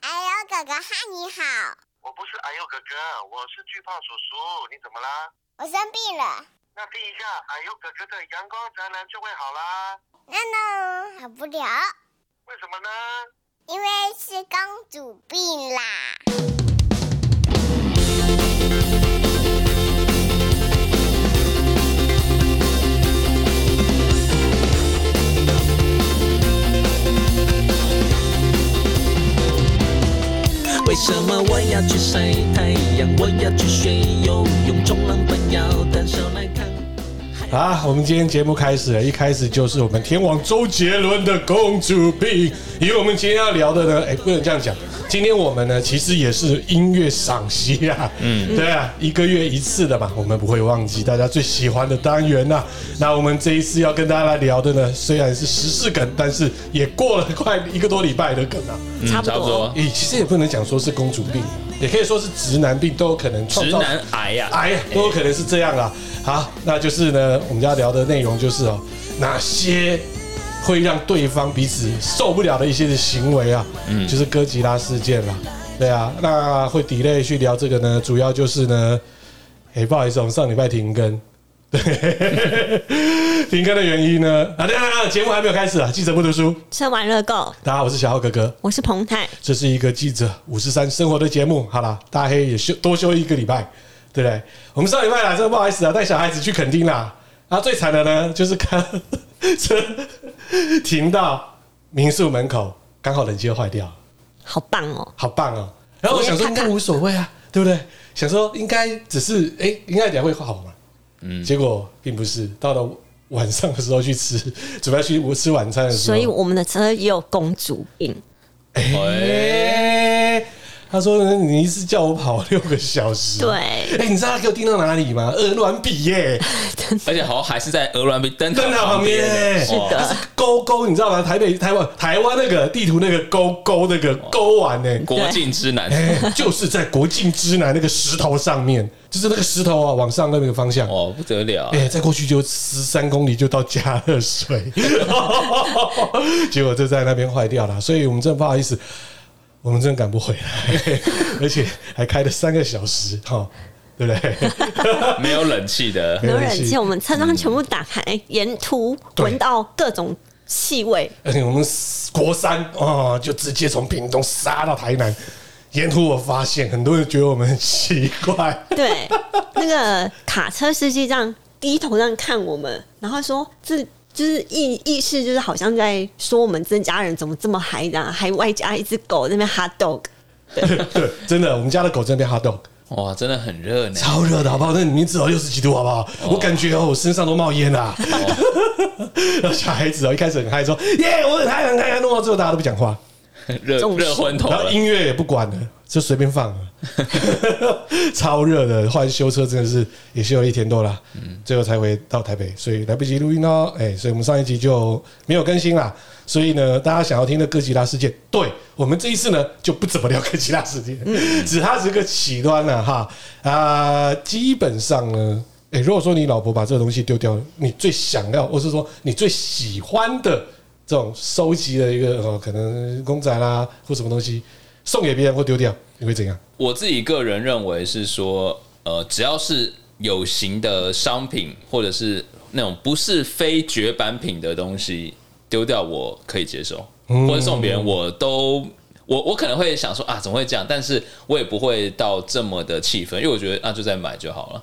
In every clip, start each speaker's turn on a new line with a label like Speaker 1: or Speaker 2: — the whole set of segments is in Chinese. Speaker 1: 哎哥哥哈，你好，
Speaker 2: 我不是哎呦哥哥，我是巨胖叔叔，你怎么啦？
Speaker 1: 我生病了，
Speaker 2: 那听一下哎呦哥哥的阳光宅男就会好啦。
Speaker 1: 娜娜好不了，
Speaker 2: 为什么呢？
Speaker 1: 因为是公主病啦。
Speaker 3: 为什么我要去晒太阳？我要去学游泳，冲浪不要单手来看。
Speaker 4: 啊，我们今天节目开始了，一开始就是我们天王周杰伦的《公主病》，因为我们今天要聊的呢，哎、不能这样讲，今天我们呢其实也是音乐赏析啊，嗯，对啊，一个月一次的嘛，我们不会忘记大家最喜欢的单元呐、啊那我们这一次要跟大家来聊的呢，虽然是时事梗，但是也过了快一个多礼拜的梗啊，
Speaker 5: 嗯
Speaker 6: 差不多。
Speaker 4: 也、其实也不能讲说是公主病，也可以说是直男病，都有可能创
Speaker 6: 直
Speaker 4: 造
Speaker 6: 男癌啊呀、
Speaker 4: 哎呀，都有可能是这样啦。好，那就是呢，我们要聊的内容就是哦，哪些会让对方彼此受不了的一些的行为啊，嗯，就是哥吉拉事件啦。对啊，那会 delay 去聊这个呢，主要就是呢，哎、不好意思，我们上礼拜停更。 对，停更的原因呢？啊，对啊，对啊节目还没有开始啊！记者不读书，
Speaker 5: 吃完热狗，
Speaker 4: 大家好，我是小浩哥哥。
Speaker 5: 我是彭泰，
Speaker 4: 这是一个记者五十三生活的节目。好啦，大黑也休多休一个礼拜，对不对？我们上礼拜啦，真的不好意思啊，带小孩子去垦丁啦。啊，最惨的呢，就是看 车停到民宿门口，刚好冷气又坏掉，
Speaker 5: 好棒哦！
Speaker 4: 好棒哦。然后我想说应该无所谓啊，对不对？想说应该只是哎、应该等一下会好嘛。嗯，结果并不是。到了晚上的时候去吃，准备去吃晚餐的时候，
Speaker 5: 所以我们的车也有公主病，
Speaker 4: 哎、他说呢，你一次叫我跑六个小时，
Speaker 5: 对
Speaker 4: 哎、你知道他给我盯到哪里吗？鹅卵比耶、
Speaker 6: 而且好像还是在鹅卵比灯塔
Speaker 4: 灯塔旁边
Speaker 6: 边
Speaker 4: 是
Speaker 6: 哦
Speaker 5: 的
Speaker 4: 它是勾勾，你知道吗？台北、台湾、台湾那个地图那个勾勾那个勾完呢、
Speaker 6: 国境之南
Speaker 4: 哎、就是在国境之南那个石头上面，就是那个石头啊，往上那个方向。
Speaker 6: 哦，不得了
Speaker 4: 哎、再过去就十三公里就到加热水， 结果就在那边坏掉了，所以我们真的不好意思，我们真的赶不回来， 而且还开了三个小时，哈，对不对？
Speaker 6: 没有冷气的
Speaker 4: 没
Speaker 5: 没
Speaker 4: 有
Speaker 5: 有
Speaker 4: 冷
Speaker 5: 冷
Speaker 4: 气
Speaker 5: 气，我们车窗全部打开，沿途
Speaker 4: 对
Speaker 5: 闻到各种 气味，
Speaker 4: 而且我们国三哦，就直接从屏东杀到台南，沿途我发现很多人觉得我们很奇怪，
Speaker 5: 对，那个卡车司机这样低头这样看我们，然后说这。就是意意识，就是好像在说我们这家人怎么这么嗨这样，还外加一只狗在那边哈 dog，
Speaker 4: 对，真的，我们家的狗真的变哈豆。
Speaker 6: 哇，真的很热呢。
Speaker 4: 超热的好不好？那里面至少六十几度好不好？我感觉哦，我身上都冒烟啦、 然后小孩子哦，一开始很嗨，说耶，我很嗨很嗨，弄到最后大家都不讲话，
Speaker 6: 热
Speaker 5: 中暑
Speaker 6: 热昏头
Speaker 4: 然后
Speaker 6: 了。
Speaker 4: 音乐也不管了，就随便放了， 超热的。后来修车真的是也修了一天多啦，最后才回到台北，所以来不及录音哦。哎、所以我们上一集就没有更新啦。所以呢，大家想要听的哥吉拉事件，对我们这一次呢就不怎么聊哥吉拉事件，
Speaker 6: 嗯
Speaker 4: 只它是个起端了、哈啊、基本上呢。哎、如果说你老婆把这个东西丢掉，你最想要，或是说你最喜欢的这种收集的一个哦，可能公仔啦或什么东西送给别人或丢掉，你会怎样？
Speaker 6: 我自己个人认为是说，呃，只要是有形的商品或者是那种不是非绝版品的东西丢掉，我可以接受，
Speaker 4: 哦
Speaker 6: 或者送别人，我都。我我可能会想说啊，怎么会这样？但是我也不会到这么的气愤，因为我觉得啊，就再买就好了。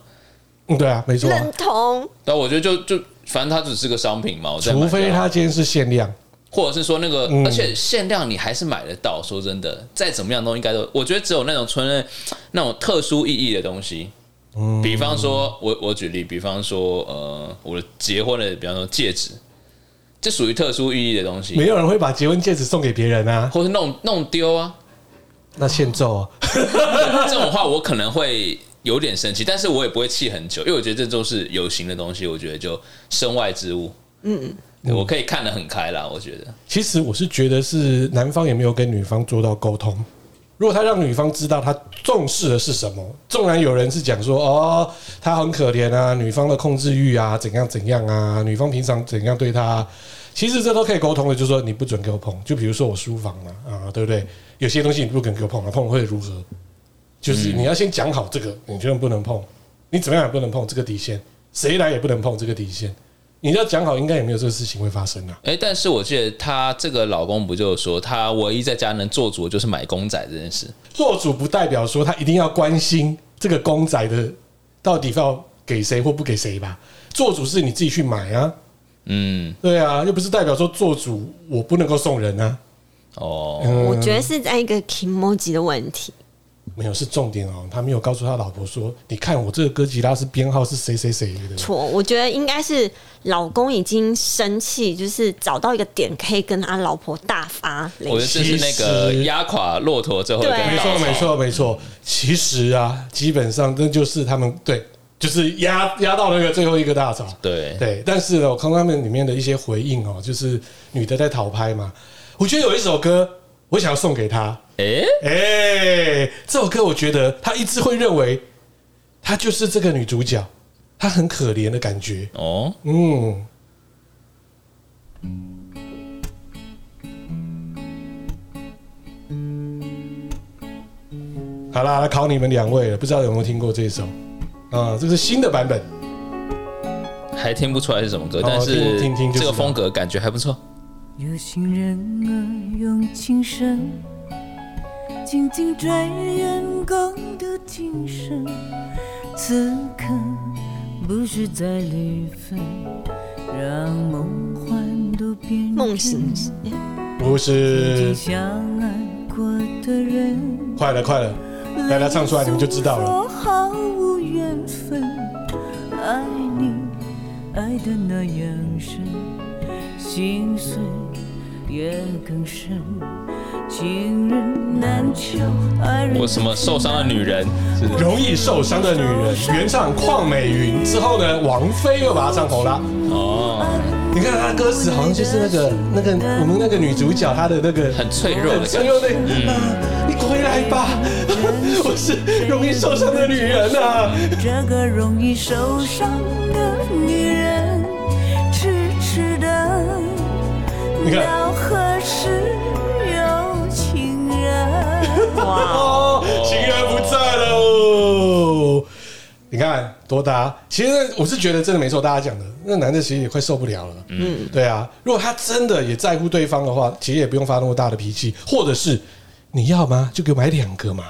Speaker 4: 嗯，对啊，没错、啊
Speaker 5: 认，同
Speaker 6: 但我觉得就就反正它只是个商品嘛，我再买就
Speaker 4: 除
Speaker 6: 好
Speaker 4: 非它今天是限量，
Speaker 6: 或者是说那个，
Speaker 4: 嗯
Speaker 6: 而且限量你还是买得到。说真的，再怎么样都应该都，我觉得只有那种纯粹那种特殊意义的东西，
Speaker 4: 嗯
Speaker 6: 比方说，我我举例，比方说，呃，我的结婚的，比方说戒指，这属于特殊意义的东
Speaker 4: 没
Speaker 6: 西，
Speaker 4: 有人会把结婚戒指送给别人啊。
Speaker 6: 或是弄弄丢啊，
Speaker 4: 那欠揍啊，
Speaker 6: 这种话我可能会有点生气，但是我也不会气很久，因为我觉得这都是有形的东西，我觉得就身外之物，嗯，我可以看得很开啦，我觉得。
Speaker 4: 其实我是觉得是男方也没有跟女方做到沟通。如果他让女方知道他重视的是什么，纵然有人是讲说哦，他很可怜啊，女方的控制欲啊，怎样怎样啊，女方平常怎样对他啊，其实这都可以沟通的，就是说你不准给我碰，就比如说我书房嘛，啊，对不对？有些东西你不准给我碰，啊，碰了会如何？就是你要先讲好这个，你绝对不能碰，你怎么样也不能碰这个底线，谁来也不能碰这个底线。你要讲好，应该也没有这个事情会发生啊。
Speaker 6: 哎，但是我记得她这个老公不就说，她唯一在家能做主的就是买公仔这件事。
Speaker 4: 做主不代表说他一定要关心这个公仔的到底要给谁或不给谁吧。做主是你自己去买啊，
Speaker 6: 嗯，
Speaker 4: 对啊，又不是代表说做主我不能够送人啊。
Speaker 6: 哦，
Speaker 4: 嗯
Speaker 5: 我觉得是在一个 emoji 的问题，
Speaker 4: 没有是重点哦，他没有告诉他老婆说，你看我这个哥吉拉是编号是谁谁谁的。
Speaker 5: 错，我觉得应该是老公已经生气，就是找到一个点可以跟他老婆大发雷
Speaker 6: 我觉得这是那个
Speaker 4: 其实
Speaker 6: 压垮骆驼最后一根稻
Speaker 5: 对
Speaker 4: 没错，
Speaker 6: 草。
Speaker 4: 没
Speaker 6: 哦。
Speaker 4: 错，没错。其实啊，基本上这就是他们对，就是压压到那个最后一个大潮。
Speaker 6: 对，
Speaker 4: 对，但是呢，我看他们里面的一些回应哦，就是女的在讨拍嘛，我觉得有一首歌，我想要送给她。
Speaker 6: 哎，
Speaker 4: 哎、这首歌我觉得她一直会认为她就是这个女主角，她很可怜的感觉。
Speaker 6: 哦，
Speaker 4: 嗯，好啦，来考你们两位了，不知道有没有听过这首？啊、这是新的版本。
Speaker 6: 还听不出来是什么歌，
Speaker 4: 哦
Speaker 6: 但是
Speaker 4: 听听听就
Speaker 6: 这
Speaker 4: 知
Speaker 6: 个
Speaker 4: 道
Speaker 6: 风格感觉还不错。
Speaker 7: 有情人儿用琴声，静静追远光的琴声。此刻不是在旅分，让梦幻都变真
Speaker 5: 梦醒时。
Speaker 4: 不
Speaker 7: 曾经
Speaker 4: 是，
Speaker 7: 相爱过的人，
Speaker 4: 快了，快了，大家唱出来你们就知道了。
Speaker 7: 说毫无缘分，爱你爱的那样深，心碎也更深，情人难求，爱人
Speaker 6: 我什么受伤的女人，是
Speaker 4: 容易受伤的女人，原唱邝美云之后呢，王菲又把她唱红了。
Speaker 6: 哦，
Speaker 4: 你看她歌词好像就是那个那个我们那个女主角她的那个
Speaker 6: 很脆弱的
Speaker 4: 很脆
Speaker 6: 感
Speaker 4: 弱
Speaker 6: 觉。嗯
Speaker 4: 的，啊你回来吧， 我是容易受伤的女人啊。
Speaker 7: 这个容易受伤的女人，痴痴的
Speaker 4: 你看
Speaker 7: 要何时有情人？
Speaker 4: 哦，情人不在喽。你看多搭，其实我是觉得真的没错，大家讲的那男的其实也快受不了了。嗯，对啊，如果他真的也在乎对方的话，其实也不用发那么大的脾气，或者是你要吗？就给我买两个嘛。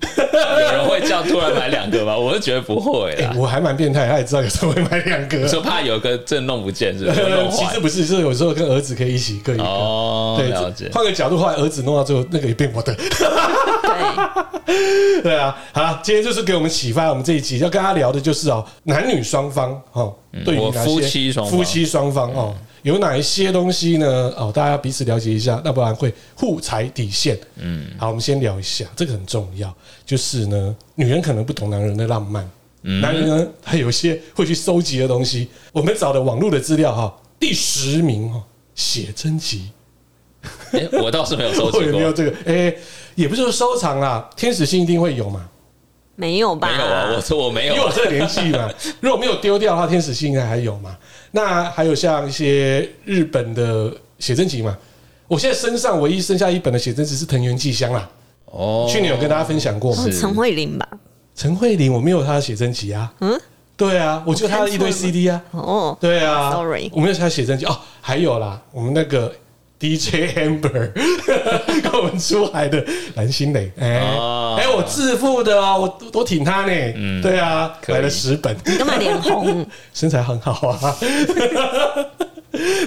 Speaker 6: 有人会这样突然买两个吗？我是觉得不会
Speaker 4: 嗯哎、
Speaker 6: 啦。
Speaker 4: 我还蛮变态，他也知道有时候会买两个
Speaker 6: 你。说怕啊 有个真的弄不见，是不是？弄
Speaker 4: 呃 其
Speaker 6: 坏
Speaker 4: 实不是，是有时候跟儿子可以一起各一个。
Speaker 6: 哦，
Speaker 4: 对
Speaker 6: 了解，。
Speaker 4: 换个角度，后来儿子弄到最后，那个也变我的。
Speaker 5: 对，
Speaker 4: 对啊，好，今天就是给我们启发，我们这一集要跟他聊的就是哦，男女双方哦，对于
Speaker 6: 嗯我
Speaker 4: 哪些
Speaker 6: 夫妻双方嗯
Speaker 4: 夫妻双方哦，有哪一些东西呢？哦，大家彼此了解一下，要不然会互踩底线。嗯，好，我们先聊一下，这个很重要，就是呢，女人可能不懂男人的浪漫，
Speaker 6: 嗯
Speaker 4: 男人呢，他有些会去收集的东西。我们找的网络的资料哈、第十名哦，写真集。
Speaker 6: 哎，我倒是没有收
Speaker 4: 我
Speaker 6: 集
Speaker 4: 也没有
Speaker 6: 过，
Speaker 4: 这个，哎、也不是说收藏啦，天使星一定会有嘛，
Speaker 5: 没有吧？
Speaker 6: 没有啊，我说我没有
Speaker 4: 因为我这个年纪 嘛，如果没有丢掉的话，天使星应该还有嘛。那还有像一些日本的写真集嘛，我现在身上唯一剩下一本的写真集是藤原纪香啦。
Speaker 6: 哦。
Speaker 4: 去年有跟大家分享过嘛，
Speaker 5: 哦陈慧琳吧？
Speaker 4: 陈慧琳我没有她的写真集啊，
Speaker 5: 嗯，
Speaker 4: 对啊，我就她的一堆
Speaker 5: 我看错了
Speaker 4: CD 啊，
Speaker 5: 哦，
Speaker 4: 对啊
Speaker 5: Sorry
Speaker 4: 我没有她的写真集哦，还有啦，我们那个 DJ Amber 跟我们出海的蓝心蕾，哎、
Speaker 6: 哦
Speaker 4: 哎、我自负的哦，我我挺她呢，
Speaker 6: 嗯
Speaker 4: 对啊，
Speaker 6: 可以
Speaker 4: 买了十本，
Speaker 5: 你干嘛脸红？
Speaker 4: 身材很好啊。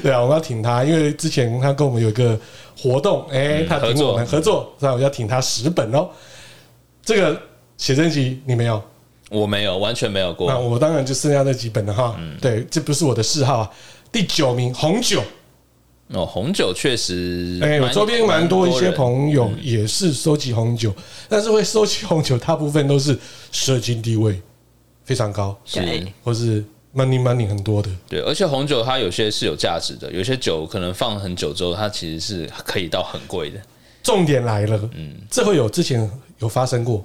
Speaker 4: 对啊，我们要挺他，因为之前他跟我们有一个活动，哎、他
Speaker 6: 合
Speaker 4: 挺
Speaker 6: 作
Speaker 4: 我们合作，那我要挺他十本哦。这个写真集你没有，
Speaker 6: 我没有，完全没有
Speaker 4: 那
Speaker 6: 过。
Speaker 4: 我当嗯然就剩下那几本了哈。对，这不是我的嗜好啊。第九名红酒，
Speaker 6: 哦，红酒确实，
Speaker 4: 哎、我周边蛮多一嗯些
Speaker 6: 友，
Speaker 4: 朋友也是收集红酒，但是会收集红酒，大部分都是社经地位非常高，
Speaker 6: 是
Speaker 5: 对，
Speaker 4: 或是 money money 很多的。
Speaker 6: 对，而且红酒它有些是有价值的，有些酒可能放很久之后，它其实是可以到很贵的。
Speaker 4: 嗯重点来了，这会有之前有发生过，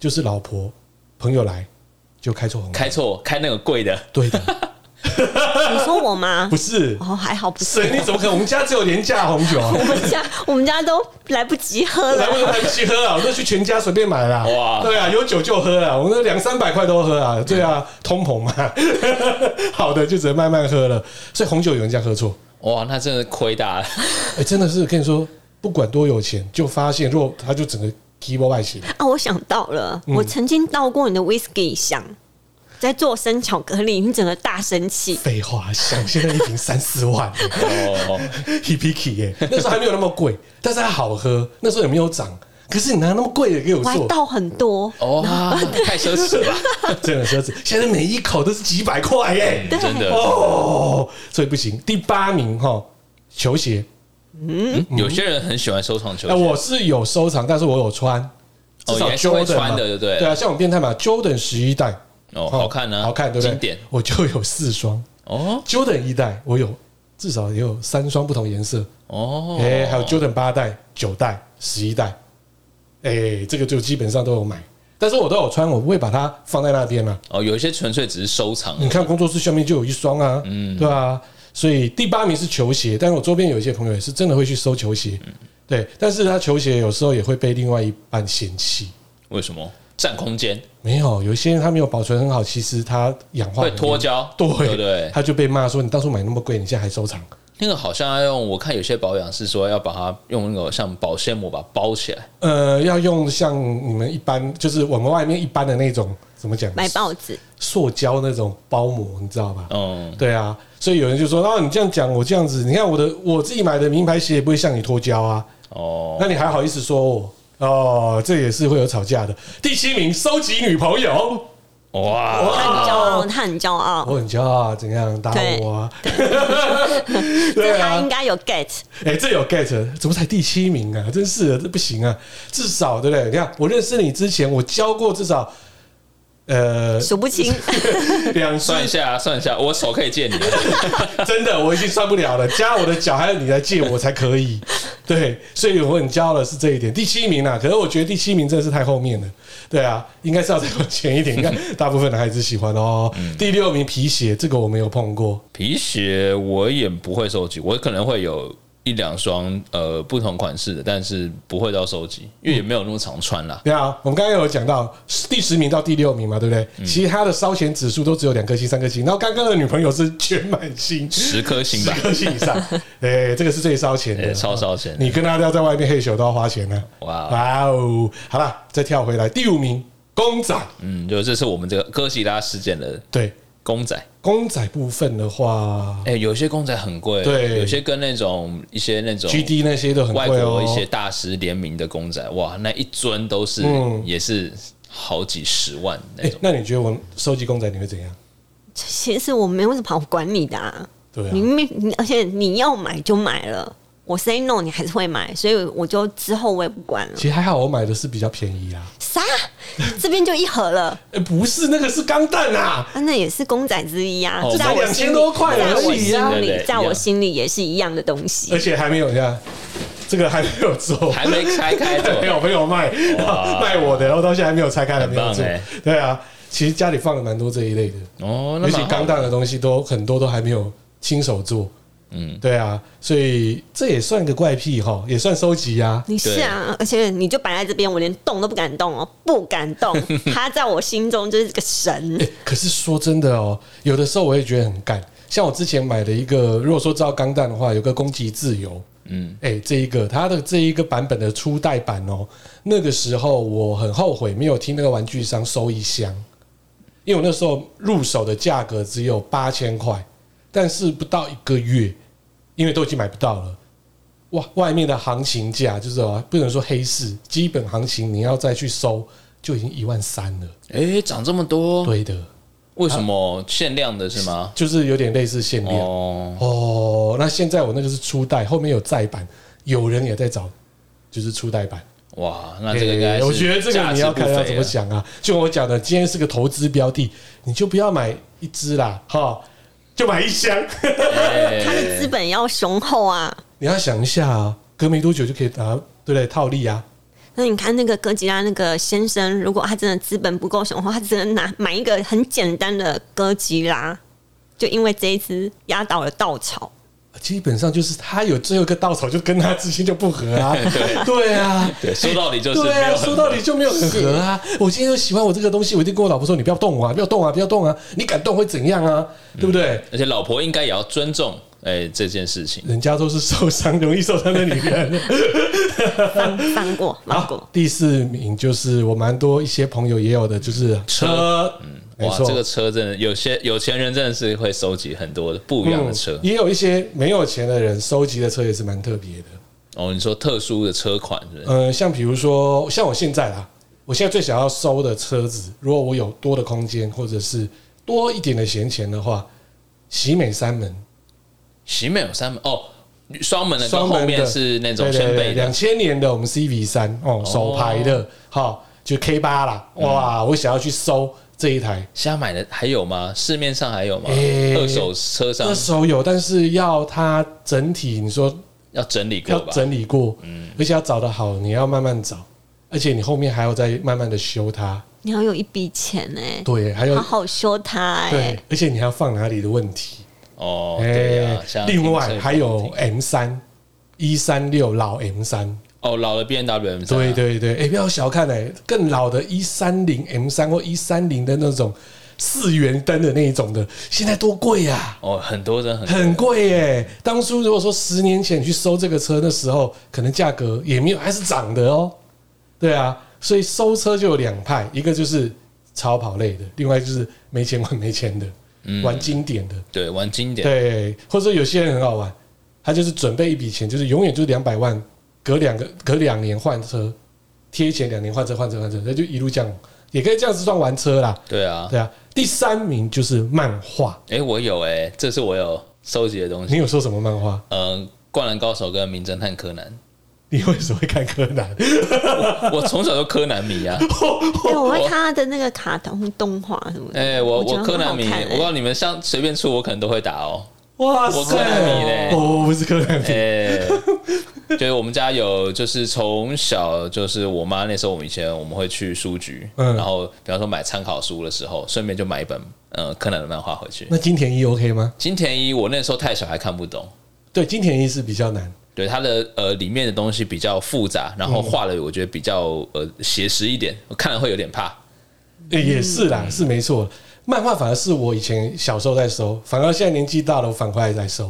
Speaker 4: 就是老婆朋友来就开错红，
Speaker 6: 开错，开那个贵的，
Speaker 4: 对的，
Speaker 5: 你说我吗
Speaker 4: 不？是，
Speaker 5: 哦，还好不是
Speaker 4: 谁？你怎么可能？我们家只有廉价红酒啊，
Speaker 5: 我们家我们家都来不及喝
Speaker 4: 来
Speaker 5: 了
Speaker 4: 不。及来不及喝啊，我都去全家随便买啦。
Speaker 6: 哇
Speaker 4: 对啊，有酒就喝啊，我们那两三百块都喝啊。对啊，通膨嘛， 好的就只能慢慢喝了。所以红酒有人这样喝错，
Speaker 6: 哇，那真的亏大了。
Speaker 4: 哎，真的是跟你说，不管多有钱，就发现如果他就整个 keyboard 外形，
Speaker 5: 啊，我想到了，我曾经倒过你的 whisky 香，在做生巧克力，你整个大生气。
Speaker 4: 废话，想现在一瓶三四万。
Speaker 6: 哦，
Speaker 4: h i p i k i 耶，那时候还没有那么贵，但是它好喝。那时候也没有涨，可是你拿那么贵的给我
Speaker 5: 我还
Speaker 4: 做，
Speaker 5: 倒很多，
Speaker 6: 哦，太奢侈 了吧？
Speaker 4: 真的奢侈。现在每一口都是几百块耶，
Speaker 5: 对
Speaker 6: 真的
Speaker 4: 哦，所以不行。第八名哈，球鞋，
Speaker 6: 嗯有些人很喜欢收藏球
Speaker 4: 哎，
Speaker 6: 鞋，
Speaker 4: 我是有收藏，但是我有穿，
Speaker 6: 哦
Speaker 4: 至少
Speaker 6: 也是会
Speaker 4: Jordan
Speaker 6: 穿
Speaker 4: 嘛
Speaker 6: 的对不对
Speaker 4: 对啊，像我们变态嘛，Jordan 十一代，
Speaker 6: 哦，好看呢，
Speaker 4: 好看，对不对？
Speaker 6: 经典
Speaker 4: 我就有四双
Speaker 6: 哦
Speaker 4: Jordan 一代，我有至少也有三双不同颜色，
Speaker 6: 哦，
Speaker 4: 哎、还有 Jordan 八代、九代、十一代，哎、这个就基本上都有买，但是我都有穿，我不会把它放在那边啦、
Speaker 6: 哦，有一些纯粹只是收藏，
Speaker 4: 你看工作室下面就有一双啊，嗯，对啊，所以第八名是球鞋，但是我周边有一些朋友也是真的会去收球鞋，
Speaker 6: 嗯
Speaker 4: 对，但是他球鞋有时候也会被另外一半嫌弃。
Speaker 6: 为什么占空间
Speaker 4: 没有，有一些人他没有保存很好，其实他氧化
Speaker 6: 会
Speaker 4: 很
Speaker 6: 脱
Speaker 4: 严重，
Speaker 6: 胶？
Speaker 4: 对
Speaker 6: 不对？
Speaker 4: 他就被骂说你当初买那么贵，你现在还收藏，
Speaker 6: 那个好像要用，我看有些保养是说要把它用那个像保鲜膜把它包起来，
Speaker 4: 呃，要用像你们一般，就是我们外面一般的那种怎么讲，
Speaker 5: 买报纸，
Speaker 4: 塑胶那种包膜，你知道吧？
Speaker 6: 嗯，
Speaker 4: 对啊，所以有人就说：“啊，你这样讲，我这样子，你看我的我自己买的名牌鞋也不会像你脱胶啊，
Speaker 6: 哦，
Speaker 4: 那你还好意思说我？”哦，这也是会有吵架的。第七名，收集女朋友，
Speaker 6: 哇，
Speaker 5: 他很骄傲，他很骄傲，
Speaker 4: 我很骄傲啊，怎样打我啊？对
Speaker 5: 这他
Speaker 4: 啊
Speaker 5: 应，该有 get。
Speaker 4: 哎、这有 get，怎么才第七名啊？真是的，这不行啊！至少对不对？你看，我认识你之前，我教过至少呃
Speaker 5: 数不清，
Speaker 4: 两
Speaker 6: 算
Speaker 4: 算
Speaker 6: 一下算一下，我手可以 借你，
Speaker 4: 真的，我已经算不了了，加我的脚还有你来借我才可以。对，所以我很骄傲的是这一点。第七名啊，可是我觉得第七名真的是太后面了。对啊，应该是要再往前 一点。你看，大部分男孩子喜欢哦。
Speaker 6: 嗯
Speaker 4: 第六名皮鞋，这个我没有碰过。
Speaker 6: 皮鞋我也不会收集，我可能会有一两双呃不同款式的，但是不会到收集，因为也没有那么常穿啦。
Speaker 4: 对啊，我们刚刚有讲到第十名到第六名嘛，对不对？
Speaker 6: 嗯
Speaker 4: 其他的烧钱指数都只有两颗星、三颗星。然后刚刚的女朋友是全满星，
Speaker 6: 十颗星
Speaker 4: 十
Speaker 6: 吧，
Speaker 4: 颗星以 上。哎，这个是最烧钱
Speaker 6: 对，
Speaker 4: 的，
Speaker 6: 超烧钱的。
Speaker 4: 你跟他要在外面嘿咻都要花钱啊呢、
Speaker 6: 哇
Speaker 4: 哇哦，好啦，再跳回来，第五名公仔，
Speaker 6: 嗯，就这是我们这个哥吉拉事件的
Speaker 4: 对
Speaker 6: 公仔。
Speaker 4: 公仔部分的话
Speaker 6: 哎、有些公仔很贵，
Speaker 4: 对
Speaker 6: 有些跟那种一些那种
Speaker 4: ，G D 那些都很
Speaker 6: 外
Speaker 4: 贵哦
Speaker 6: 国一，些大师联名的公仔，哇，那一尊都是、
Speaker 4: 嗯
Speaker 6: 也是好几十万那
Speaker 4: 哎、
Speaker 6: 种。
Speaker 4: 那你觉得我收集公仔你会怎样？
Speaker 5: 其实我没有什么好管你的啊。
Speaker 4: 对啊
Speaker 5: 你，没你，而且你要买就买了，我 say no 你还是会买，所以我就之后我也不管了
Speaker 4: 其。实还好，我买的是比较便宜啊。
Speaker 5: 啥？这边就一盒了，
Speaker 4: 哎、不是，那个是钢弹啊，
Speaker 5: 啊，那也是公仔之一啊
Speaker 6: 哦，
Speaker 5: 在我
Speaker 4: 那
Speaker 5: 心
Speaker 4: 2000
Speaker 5: 里
Speaker 4: 多块
Speaker 5: 在我
Speaker 4: 而已啊
Speaker 5: 心
Speaker 6: 对对
Speaker 5: 里，
Speaker 6: 对
Speaker 5: 在
Speaker 6: 一
Speaker 5: 我
Speaker 6: 样
Speaker 5: 心里也是一样的东西
Speaker 4: 而。且还没有，你看这个还没有做，
Speaker 6: 还没拆 开
Speaker 4: 还没有
Speaker 6: 做，
Speaker 4: 朋友卖
Speaker 6: 哇
Speaker 4: 卖我的，然后到现在还没有拆开，还没
Speaker 6: 很棒
Speaker 4: 有做
Speaker 6: 哎。
Speaker 4: 对啊，其实家里放了蛮多这一类的。
Speaker 6: 哦，那
Speaker 4: 尤其
Speaker 6: 蛮好
Speaker 4: 钢弹的东西都很多都还没有亲手做，
Speaker 6: 嗯，
Speaker 4: 对啊，所以这也算个怪癖哈，也算收集呀、啊。
Speaker 5: 你是啊，而且你就摆在这边，我连动都不敢动哦，不敢 动。它在我心中就是个神。
Speaker 4: 哎可是说真的哦，有的时候我也觉得很干。像我之前买的一个，如果说知道钢弹的话，有个攻击自由，嗯，哎、这一个它的这一个版本的初代版哦，那个时候我很后悔没有听那个玩具商收一箱，因为我那时候入手的价格只有八千块，但是不到一个月，因为都已经买不到了。哇，外面的行情价就是啊，不能说黑市，基本行情你要再去收，就已经一万三了。
Speaker 6: 哎、长这么多，
Speaker 4: 对的，
Speaker 6: 为什么限量的是吗？
Speaker 4: 就是有点类似限量。
Speaker 6: 哦，
Speaker 4: 哦，那现在我那个是初代，后面有再版，有人也在找，就是初代版。
Speaker 6: 哇，那这个应该
Speaker 4: 诶
Speaker 6: 是
Speaker 4: 我觉得这个你要
Speaker 6: 价值
Speaker 4: 看
Speaker 6: 不
Speaker 4: 要
Speaker 6: 菲
Speaker 4: 怎么
Speaker 6: 啊
Speaker 4: 想啊。就我讲的，今天是个投资标的，你就不要买一只啦，哈，就买一箱。
Speaker 5: 它的
Speaker 6: 哎
Speaker 5: 资本要雄厚啊。
Speaker 4: 你要想一下啊，隔没多久就可以拿，对不对？套利啊，
Speaker 5: 那你看那个哥吉拉那个先生，如果他真的资本不够雄厚，他只能拿买一个很简单的哥吉拉，就因为这一只压倒了稻草。
Speaker 4: 基本上就是他有最后一个稻草，就跟他之间就不合 啊。
Speaker 6: 对
Speaker 4: 对啊，
Speaker 6: 对，说到底就是
Speaker 4: 对
Speaker 6: 没
Speaker 4: 啊，
Speaker 6: 有
Speaker 4: 说到底就没有很合啊。我今天就喜欢我这个东西，我一定跟我老婆说：“你不要动啊，不要动啊，不要动啊！你敢动会怎样啊？对不对？”
Speaker 6: 而且老婆应该也要尊重哎、这件事情。
Speaker 4: 人家都是受伤容易受伤的女 人。
Speaker 5: 放 放过，放
Speaker 4: 好
Speaker 5: 过，，
Speaker 4: 第四名就是我蛮多一些朋友也有的，就是车，嗯，没
Speaker 6: 哇，
Speaker 4: 错，
Speaker 6: 这个车真的有些有钱人真的是会收集很多的不一样的车
Speaker 4: 嗯、也有一些没有钱的人收集的车也是蛮特别的。
Speaker 6: 哦。你说特殊的车款是不是？
Speaker 4: 呃，像比如说，像我现在啦，我现在最想要收的车子，如果我有多的空间或者是多一点的闲钱的话，喜美三门
Speaker 6: 喜美有三门哦，双门的跟
Speaker 4: 双
Speaker 6: 后
Speaker 4: 门
Speaker 6: 面
Speaker 4: 的
Speaker 6: 是那种掀背
Speaker 4: 两
Speaker 6: 的，
Speaker 4: 千年的我们 CV 三哦，手排的，好、就 K 八啦，哇，
Speaker 6: 嗯
Speaker 4: 我想要去收这一台。
Speaker 6: 现在买的还有吗？市面上还有吗？
Speaker 4: 诶
Speaker 6: 二手车上
Speaker 4: 那手有，但是要它整体，你说
Speaker 6: 要整理过
Speaker 4: 要
Speaker 6: 吧？嗯
Speaker 4: 整理过，而且要找得好，你要慢慢找，而且你后面还要再慢慢的修它，
Speaker 5: 你要有一笔钱哎、
Speaker 4: 对，还有
Speaker 5: 好好修它哎、
Speaker 4: 对，而且你还要放哪里的问题，
Speaker 6: 哦，对呀、
Speaker 4: 哎
Speaker 6: 像
Speaker 4: 另外还有
Speaker 6: 停车也不好停
Speaker 4: M 三一三六老 M 三，
Speaker 6: 哦，老的 B N W 啊 M
Speaker 4: 对对对，哎、不要小看哎、更老的一三零 M 三或一三零的那种四元灯的那一种的，现在多贵呀、
Speaker 6: 哦，很多人很
Speaker 4: 很贵耶、当初如果说十年前去收这个车的时候，可能价格也没有，还是涨的哦、对啊，所以收车就有两派，一个就是超跑类的，另外就是没钱玩没钱的，
Speaker 6: 嗯
Speaker 4: 玩经典的。
Speaker 6: 对玩经典，
Speaker 4: 对，或者说有些人很好玩，他就是准备一笔钱，就是永远就是两百万，隔两个隔两年换车，贴钱两年换车换车换车，那就一路这样，也可以这样子算玩车啦。
Speaker 6: 对啊，
Speaker 4: 对啊，第三名就是漫画，
Speaker 6: 哎、我有哎、这是我有收集的东
Speaker 4: 你
Speaker 6: 西，
Speaker 4: 有说什么漫画？
Speaker 6: 嗯、灌篮高手》跟《名侦探柯南
Speaker 4: 你为什么会看柯南？》，
Speaker 6: 我从小就柯南 迷啊。
Speaker 5: 哎我会看它的那个卡通动画什么的。
Speaker 6: 哎、我
Speaker 5: 觉
Speaker 6: 我
Speaker 5: 得
Speaker 6: 柯
Speaker 5: 很好
Speaker 6: 南迷，
Speaker 5: 看
Speaker 6: 我
Speaker 5: 哎
Speaker 6: 告诉你们，像随便出我可能都会打哦。
Speaker 4: 哇
Speaker 6: 我柯南迷嘞
Speaker 4: 我我不是柯南 迷，
Speaker 6: 哎、就是我们家有，就是从小就是我妈那时候，我们以前我们会去书局，
Speaker 4: 嗯
Speaker 6: 然后比方说买参考书的时候，顺便就买一本呃柯南的漫画回去。
Speaker 4: 那金田一 OK 吗？
Speaker 6: 金田一我那时候太小还看不懂，
Speaker 4: 对，金田一是比较难。
Speaker 6: 对它的呃里面的东西比较复杂，然后画的我觉得比较呃写实一点，我看了会有点怕。嗯
Speaker 4: 欸也是啦，是没错。漫画反而是我以前小时候在收，反而现在年纪大了，我反过来在收。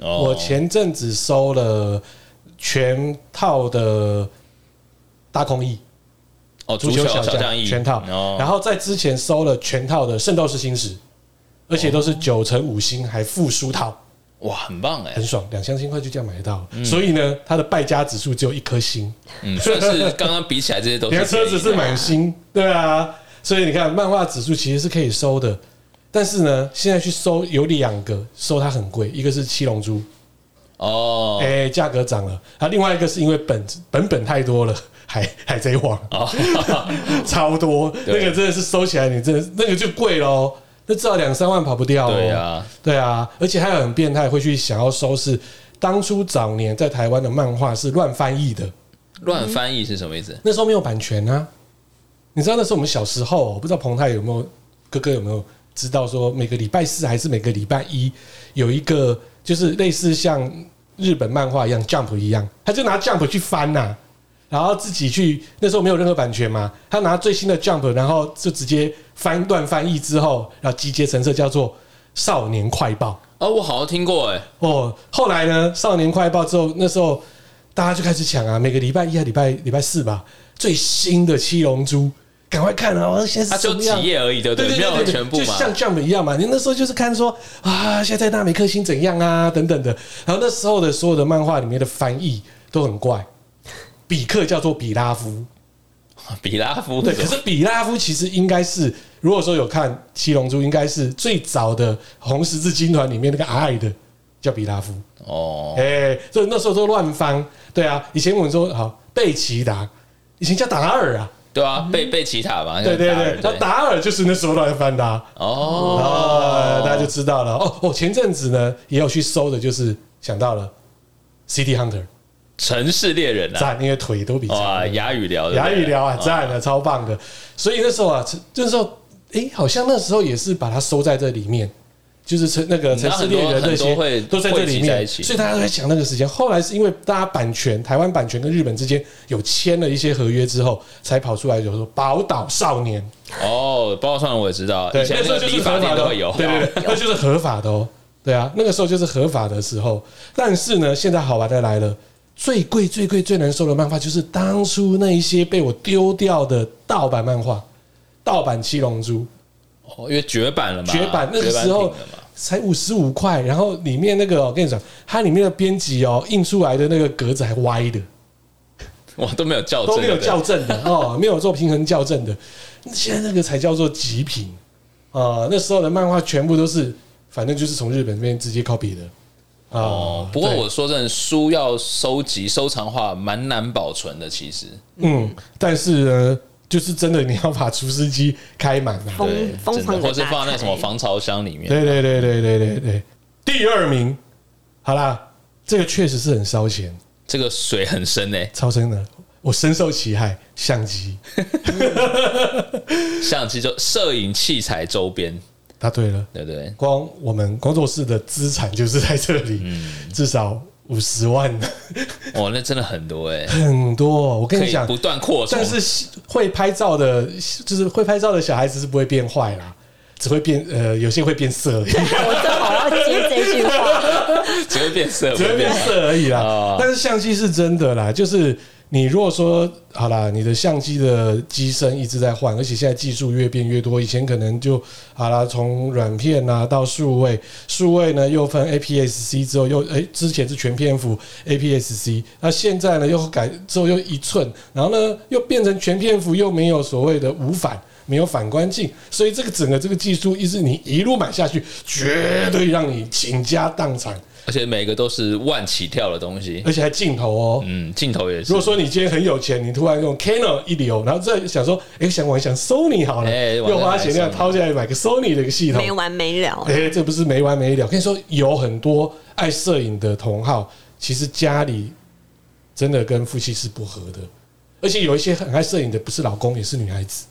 Speaker 6: 哦
Speaker 4: 我前阵子收了全套的《大空翼
Speaker 6: 哦》
Speaker 4: 足
Speaker 6: 足
Speaker 4: 球
Speaker 6: 球
Speaker 4: 小
Speaker 6: 小
Speaker 4: 将
Speaker 6: 将一
Speaker 4: 全套，
Speaker 6: 哦
Speaker 4: 然后在之前收了全套的《圣斗士星矢》，而且都
Speaker 6: 哦
Speaker 4: 是九成五星还附书套，
Speaker 6: 哇很棒哎
Speaker 4: 很，爽，两三千块就这样买得到。所以呢，它的败家指数只有一颗星。
Speaker 6: 嗯，算是刚刚比起来这些都
Speaker 4: 你
Speaker 6: 是
Speaker 4: 的车子
Speaker 6: 便宜的
Speaker 4: 是满星，对啊，所以你看漫画指数其实是可以收的，但是呢，现在去收有两个收它很贵，一个是七龙珠，
Speaker 6: 哦
Speaker 4: 哎，价格涨了，啊，另外一个是因为本本本太多了， 海海贼王
Speaker 6: 哦
Speaker 4: 超多，那
Speaker 6: 对
Speaker 4: 个真的是收起来你真的那个就贵喽，那至少两三万跑不掉哦。
Speaker 6: 对啊，
Speaker 4: 对啊，而且还有很变态会去想要收是当初早年在台湾的漫画是乱翻译的，
Speaker 6: 乱翻译是什么意思？
Speaker 4: 那时候没有版权啊。你知道那时候我们小时候，我不知道彭泰有没有哥哥有没有知道说每个礼拜四还是每个礼拜一有一个就是类似像日本漫画一样 Jump 一样，他就拿 Jump 去翻呐、然后自己去那时候没有任何版权嘛，他拿最新的 Jump，然后就直接翻段翻译之后，然后集结成册叫做《少年快报》。
Speaker 6: 哦，我好像听过哎，
Speaker 4: 哦，后来呢，《少年快报》之后，那时候大家就开始抢啊，每个礼拜一啊、礼拜礼拜四吧，最新的《七龙珠》，赶快看啊！我现在
Speaker 6: 它
Speaker 4: 是什
Speaker 6: 就
Speaker 4: 么
Speaker 6: 几
Speaker 4: 样？
Speaker 6: 页而已，对不
Speaker 4: 对
Speaker 6: 对？
Speaker 4: 对
Speaker 6: 没
Speaker 4: 对对
Speaker 6: 有
Speaker 4: 对
Speaker 6: 全部
Speaker 4: 就
Speaker 6: 嘛。
Speaker 4: 像 Jump 一样嘛。你那时候就是看说啊，现在纳美克星怎样啊，等等的。然后那时候的所有的漫画里面的翻译都很怪，比克叫做比拉夫，
Speaker 6: 比拉夫
Speaker 4: 对，可是比拉夫其实应该是，如果说有看《七龙珠》，应该是最早的红十字军团里面那个矮矮的叫比拉夫。
Speaker 6: 哦，
Speaker 4: 哎、所以那时候都乱翻。对啊，以前我们说好贝奇达，以前叫达尔啊，
Speaker 6: 对啊，贝贝奇塔吧，
Speaker 4: 对对
Speaker 6: 那个
Speaker 4: 对，
Speaker 6: 达
Speaker 4: 那
Speaker 6: 尔
Speaker 4: 达尔就是那时候乱翻的、啊，
Speaker 6: 哦
Speaker 4: 哦，，大家就知道了。哦哦，前阵子呢也有去搜的，就是想到了 City Hunter，
Speaker 6: 城市猎人啊，
Speaker 4: 赞，因为腿都比较
Speaker 6: 哇，哑语聊的，
Speaker 4: 雅语聊啊，
Speaker 6: 哦
Speaker 4: 赞的，超棒的。所以那时候啊，那时候哎、好像那时候也是把它收在这里面。就是城那个城市猎人那
Speaker 6: 嗯很多
Speaker 4: 些
Speaker 6: 很多会
Speaker 4: 都在这里
Speaker 6: 汇集在
Speaker 4: 面，
Speaker 6: 一起
Speaker 4: 所以大家都在想那个时间。后来是因为大家版权，台湾版权跟日本之间有签了一些合约之后，才跑出来有说宝岛少年，
Speaker 6: 哦，包括上人我也知道，
Speaker 4: 对，
Speaker 6: 以前
Speaker 4: 那时候就
Speaker 6: 个
Speaker 4: 是
Speaker 6: 理
Speaker 4: 合
Speaker 6: 发
Speaker 4: 法
Speaker 6: 店
Speaker 4: 的
Speaker 6: 都
Speaker 4: 哦，
Speaker 6: 会有，
Speaker 4: 对对对，那就是合法的哦。对啊，那个时候就是合法的时候。但是呢，现在好玩的来了，最贵、最贵、最难受的漫画就是当初那一些被我丢掉的盗版漫画，盗版《七龙珠》。
Speaker 6: 哦，因为绝版了嘛，
Speaker 4: 绝版那个时
Speaker 6: 绝
Speaker 4: 候
Speaker 6: 版品了嘛
Speaker 4: 才五十五块，然后里面那个哦我跟你讲，它里面的编辑哦印出来的那个格子还歪的，
Speaker 6: 我都没有校正，
Speaker 4: 都没有
Speaker 6: 哦对
Speaker 4: 校正 的哦，没有做平衡校正的，现在那个才叫做极品啊、那时候的漫画全部都是，反正就是从日本那边直接 copy 的啊、
Speaker 6: 哦，不过
Speaker 4: 对
Speaker 6: 我说真的，书要收集收藏化蛮难保存的，其实
Speaker 4: 嗯，但是呢，就是真的你要把厨师机开满啊，
Speaker 5: 疯
Speaker 6: 对，
Speaker 5: 疯
Speaker 6: 真
Speaker 5: 狂
Speaker 6: 的，
Speaker 5: 地
Speaker 6: 或是
Speaker 5: 打
Speaker 6: 放在
Speaker 5: 开
Speaker 6: 什么防潮箱里面，
Speaker 4: 对对对对对对对，第二名，好啦，这个确实是很烧钱。
Speaker 6: 这个水很深欸诶，
Speaker 4: 超声的，我深受其害。相机
Speaker 6: 相机就摄影器材周边，
Speaker 4: 答对了，
Speaker 6: 对不对？
Speaker 4: 光我们工作室的资产就是在这里，
Speaker 6: 嗯
Speaker 4: 至少五十万，
Speaker 6: 哇，那真的很多诶，
Speaker 4: 很多哦、我跟
Speaker 6: 可
Speaker 4: 你
Speaker 6: 以
Speaker 4: 讲
Speaker 6: 不，断扩充
Speaker 4: 但，是会拍照的，就是会拍照的小孩子是不会变坏啦，只会变呃，有些会变色而已。
Speaker 5: 我欸正好要接这句 话，
Speaker 6: 只会变色，
Speaker 4: 只
Speaker 6: 不
Speaker 4: 会
Speaker 6: 会
Speaker 4: 变
Speaker 6: 变
Speaker 4: 色而已啦
Speaker 6: 哦。
Speaker 4: 但是相机是真的啦，就是你如果说好啦，你的相机的机身一直在换，而且现在技术越变越多，以前可能就好啦，从软片啊到数位，数位呢又分 APS-C 之后又哎、之前是全片幅 APS-C，那现在呢又改之后又一寸，然后呢又变成全片幅，又没有所谓的无反。没有反光镜，所以这个整个这个技术，一是你一路买下去，绝对让你倾家荡产。
Speaker 6: 而且每个都是万起跳的东西
Speaker 4: 而，且还镜头哦。
Speaker 6: 嗯，镜头也是。
Speaker 4: 如果说你今天很有钱，你突然用 Canon 一流，然后再想说，哎、想玩想 Sony 好了，
Speaker 6: 哎
Speaker 4: 又花钱要
Speaker 6: 往上买
Speaker 4: 掏下来买个 Sony 的一个系统
Speaker 5: 没，完没了。
Speaker 4: 哎、这不是没完没了。跟你说，有很多爱摄影的同好，其实家里真的跟夫妻是不合的，而且有一些很爱摄影的，不是老公也是女孩子。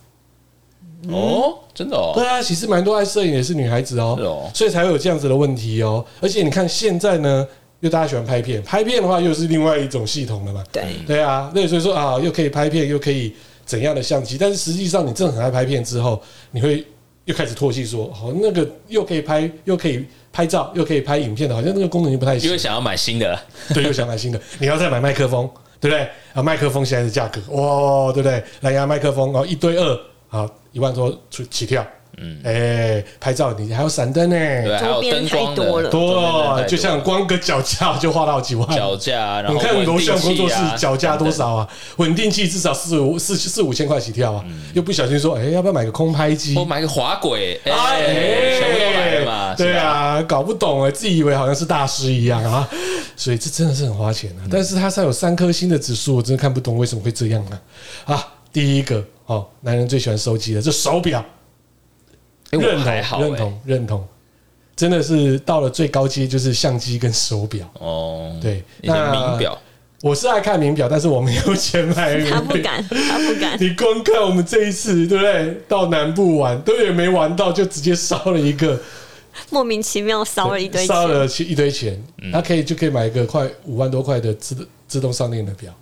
Speaker 6: 哦，真的哦
Speaker 4: 对，啊，其实蛮多爱摄影也是女孩子哦，
Speaker 6: 是哦
Speaker 4: 所以才会有这样子的问题哦。而且你看现在呢，又大家喜欢拍片，拍片的话又是另外一种系统了嘛。
Speaker 5: 对，
Speaker 4: 对啊，那所以说啊，又可以拍片，又可以怎样的相机？但是实际上，你真的很爱拍片之后，你会又开始唾弃说，哦，那个又可以拍，又可以拍照，又可以拍影片的，好像那个功能就不太
Speaker 6: 因
Speaker 4: 行
Speaker 6: 为。想要买新的了，
Speaker 4: 对，又想买新的，你要再买麦克风，对不对？啊，麦克风现在的价格，哇，对不对？蓝牙麦克风哦，一堆二，好，一万多出起跳。嗯，哎、拍照你还有闪灯呢、
Speaker 6: 对，啊还有灯
Speaker 5: 周边
Speaker 6: 光
Speaker 5: 太多
Speaker 6: 的
Speaker 5: 了
Speaker 4: 多
Speaker 6: 周边真的太多
Speaker 4: 哦，
Speaker 6: 了
Speaker 4: 就像光个脚架就花到几万，
Speaker 6: 脚架啊，然后
Speaker 4: 你看楼
Speaker 6: 稳定
Speaker 4: 下工作室
Speaker 6: 器啊
Speaker 4: 脚架多？少啊？稳定器至少四五四四五千块起跳啊！
Speaker 6: 嗯
Speaker 4: 又不小心说，哎，要不要买个空拍机
Speaker 6: 等等哦我？买个滑轨，哎，
Speaker 4: 哎
Speaker 6: 全部都买了嘛，
Speaker 4: 对
Speaker 6: 是吧，
Speaker 4: 啊，搞不懂哎，自己以为好像是大师一样啊，所以这真的是很花钱
Speaker 6: 嗯
Speaker 4: 啊。但是它才有三颗星的指数，我真的看不懂为什么会这样啊！啊，第一个哦，男人最喜欢收集的这手表，
Speaker 6: 哎，
Speaker 4: 啊认
Speaker 6: 我
Speaker 4: 同
Speaker 6: 还好，
Speaker 4: 认
Speaker 6: 哎
Speaker 4: 同认同，真的是到了最高阶就是相机跟手表。
Speaker 6: 哦，
Speaker 4: 对
Speaker 6: 你的
Speaker 4: 那
Speaker 6: 名表，
Speaker 4: 我是爱看名表，但是我没有钱买名表。
Speaker 5: 他不敢，他不 敢。
Speaker 4: 你光看我们这一次，对不对？到南部玩都也没玩到，就直接烧了一个，
Speaker 5: 莫名其妙 烧了一堆
Speaker 4: 烧
Speaker 5: 钱，
Speaker 4: 了一堆钱，
Speaker 6: 嗯
Speaker 4: 他可以就可以买一个快五万多块的自自动上链的表，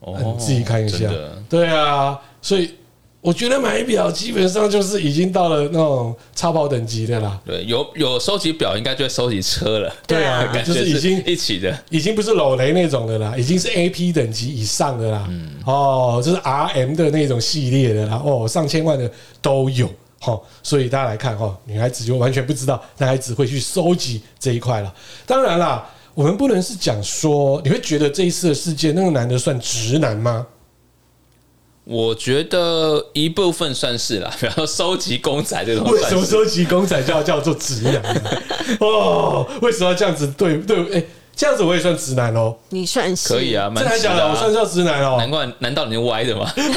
Speaker 6: 哦
Speaker 4: 你自己看一下
Speaker 6: 真的。
Speaker 4: 对啊，所以我觉得买表基本上就是已经到了那种超跑等级的啦，
Speaker 6: 对，有有收集表，应该就会收集车了。
Speaker 4: 对啊
Speaker 6: 感
Speaker 4: 就
Speaker 6: 觉
Speaker 4: 是已经
Speaker 6: 一起的。
Speaker 4: 已经不是老雷那种的啦，已经是 A P 等级以上的啦。
Speaker 6: 嗯
Speaker 4: 哦，就是 R M 的那种系列的啦，哦，上千万的都有。好、所以大家来看哦，女孩子就完全不知道，男孩子会去收集这一块了。当然啦，我们不能是讲说，你会觉得这一次的事件，那个男的算直男吗？
Speaker 6: 我觉得一部分算是啦， 比方说收集公仔这种
Speaker 4: 为
Speaker 6: 算
Speaker 4: 什么
Speaker 6: 是。
Speaker 4: 收集公仔就要叫做直男呢？哦，为什么要这样子对对？哎、这样子我也算直男哦，
Speaker 5: 你算是
Speaker 6: 可以啊，蛮
Speaker 4: 真的
Speaker 6: 值
Speaker 4: 假
Speaker 6: 的
Speaker 4: 的？
Speaker 6: 啊
Speaker 4: 我算叫直男哦，
Speaker 6: 难怪，难道你是歪 的吗？
Speaker 4: 没有。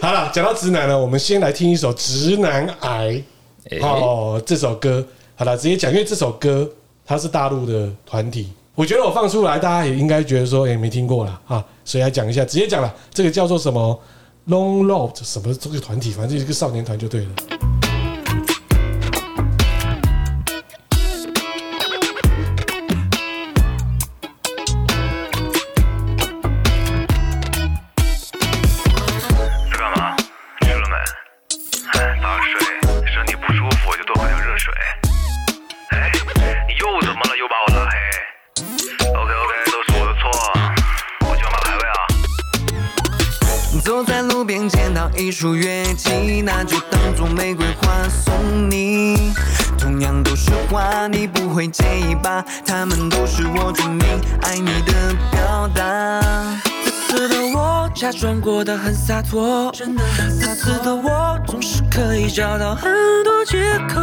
Speaker 4: 好了，讲到直男了，我们先来听一首《直男癌
Speaker 6: 哎》
Speaker 4: 哦，这首歌。好了，直接讲，因为这首歌它是大陆的团体，我觉得我放出来，大家也应该觉得说，哎、没听过啦啊，所以来讲一下，直接讲了，这个叫做什么 Long Road 什么这个团体，反正就是一个少年团就对了。
Speaker 2: 哎哎啊
Speaker 8: 走在路边捡到一束月季，那就当做玫瑰花送你。同样都是花，你不会介意吧？它们都是我证明爱你的表达。自私的我，假装过得很洒脱，真的很洒脱。自私的我，总是可以找到很多借口。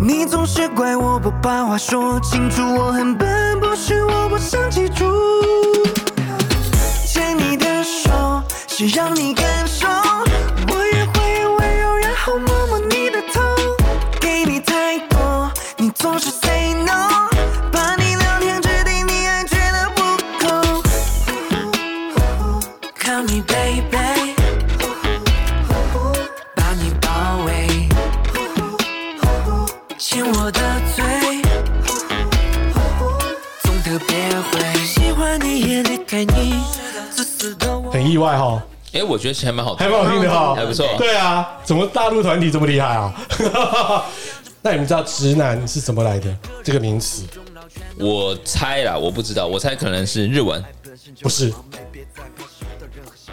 Speaker 8: 你总是怪我不把话说清楚，我很笨，不是我不想记住。牵你的手是让你感受，我也会温柔，然后摸摸你的头。给你太多，你总是 say no，怕你聊天置地，你还觉得不够。Call me baby，把你包围。亲我的嘴，总特别会喜欢你也离开你，自私的我。
Speaker 4: 很意外哈，
Speaker 6: 哎，我觉得还蛮好
Speaker 4: 还
Speaker 6: 听
Speaker 4: 蛮好听的哈，
Speaker 6: 还不错
Speaker 4: 对啊，怎么大陆团体这么厉害啊？ 那你们知道“直男”是怎么来的？这个名词
Speaker 6: 我猜啦，我不知道，我猜可能是日文。
Speaker 4: 不是，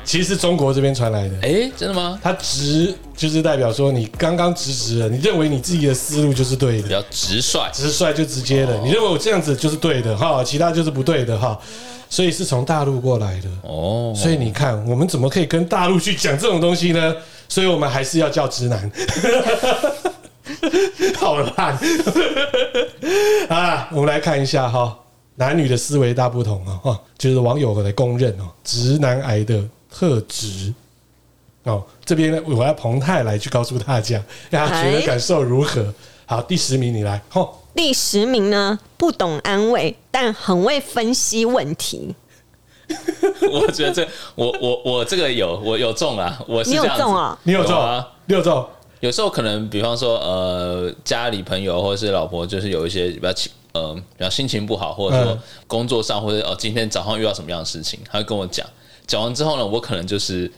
Speaker 4: 其实是中国这边传来的。
Speaker 6: 哎，真的吗？
Speaker 4: 它直就是代表说你刚刚直直了，你认为你自己的思路就是对的
Speaker 6: 比，较直率，
Speaker 4: 直率就直接的，你认为我这样子就是对的哈，其他就是不对的哈，所以是从大陆过来的。
Speaker 6: 哦，
Speaker 4: 所以你看，我们怎么可以跟大陆去讲这种东西呢？所以我们还是要叫直男， 好烂 啊！我们来看一下哈，男女的思维大不同啊，哈，就是网友的公认哦，直男癌的特质。哦，这边呢，我要彭泰来去告诉大家，大家觉得感受如何？好，第十名你来，吼、
Speaker 5: 第十名呢，不懂安慰，但很会分析问题。
Speaker 6: 我觉得这我我我这个有我有中啊，我是
Speaker 5: 你有
Speaker 6: 这样子
Speaker 5: 中啊
Speaker 4: 你有中，
Speaker 6: 有啊
Speaker 4: 你有中，
Speaker 6: 有时候可能，比方说，呃，家里朋友或者是老婆，就是有一些比较情，呃，比较心情不好，或者说
Speaker 4: 嗯
Speaker 6: 工作上，或者哦，今天早上遇到什么样的事情，他会跟我讲。讲完之后呢，我可能就是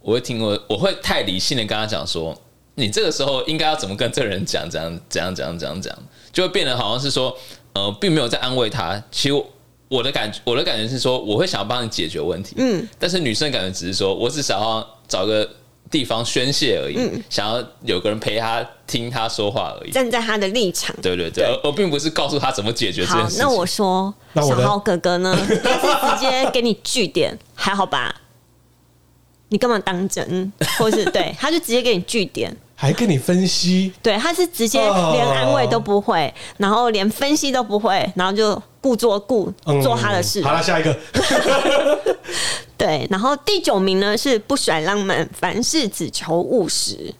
Speaker 6: 我会听我我会太理性的跟他讲说，你这个时候应该要怎么跟这个人讲，怎样怎样怎样怎样怎样，就会变得好像是说，呃，并没有在安慰他。其实我我的感我的感觉是说，我会想要帮你解决问题，嗯，但是女生的感觉只是说我只想要找个地方宣泄而已，想要有个人陪她听她说话而已。
Speaker 5: 嗯站在他的立场。
Speaker 6: 对对对，而而并不是告诉她怎么解决这件
Speaker 5: 好
Speaker 6: 事，情。
Speaker 5: 那我说，
Speaker 4: 那我
Speaker 5: 小
Speaker 4: 呢
Speaker 5: 豪哥哥呢，他是直接给你据点，还好吧？你干嘛当真？或是 对，他就直接给你据点。
Speaker 4: 还跟你分析
Speaker 5: 对，他是直接连安慰都不会，
Speaker 4: 哦
Speaker 5: 然后连分析都不会，然后就故作故
Speaker 4: 嗯
Speaker 5: 做他的事。
Speaker 4: 好了，下一 个
Speaker 5: 对，然后第九名呢是不甩浪漫，凡事只求务实。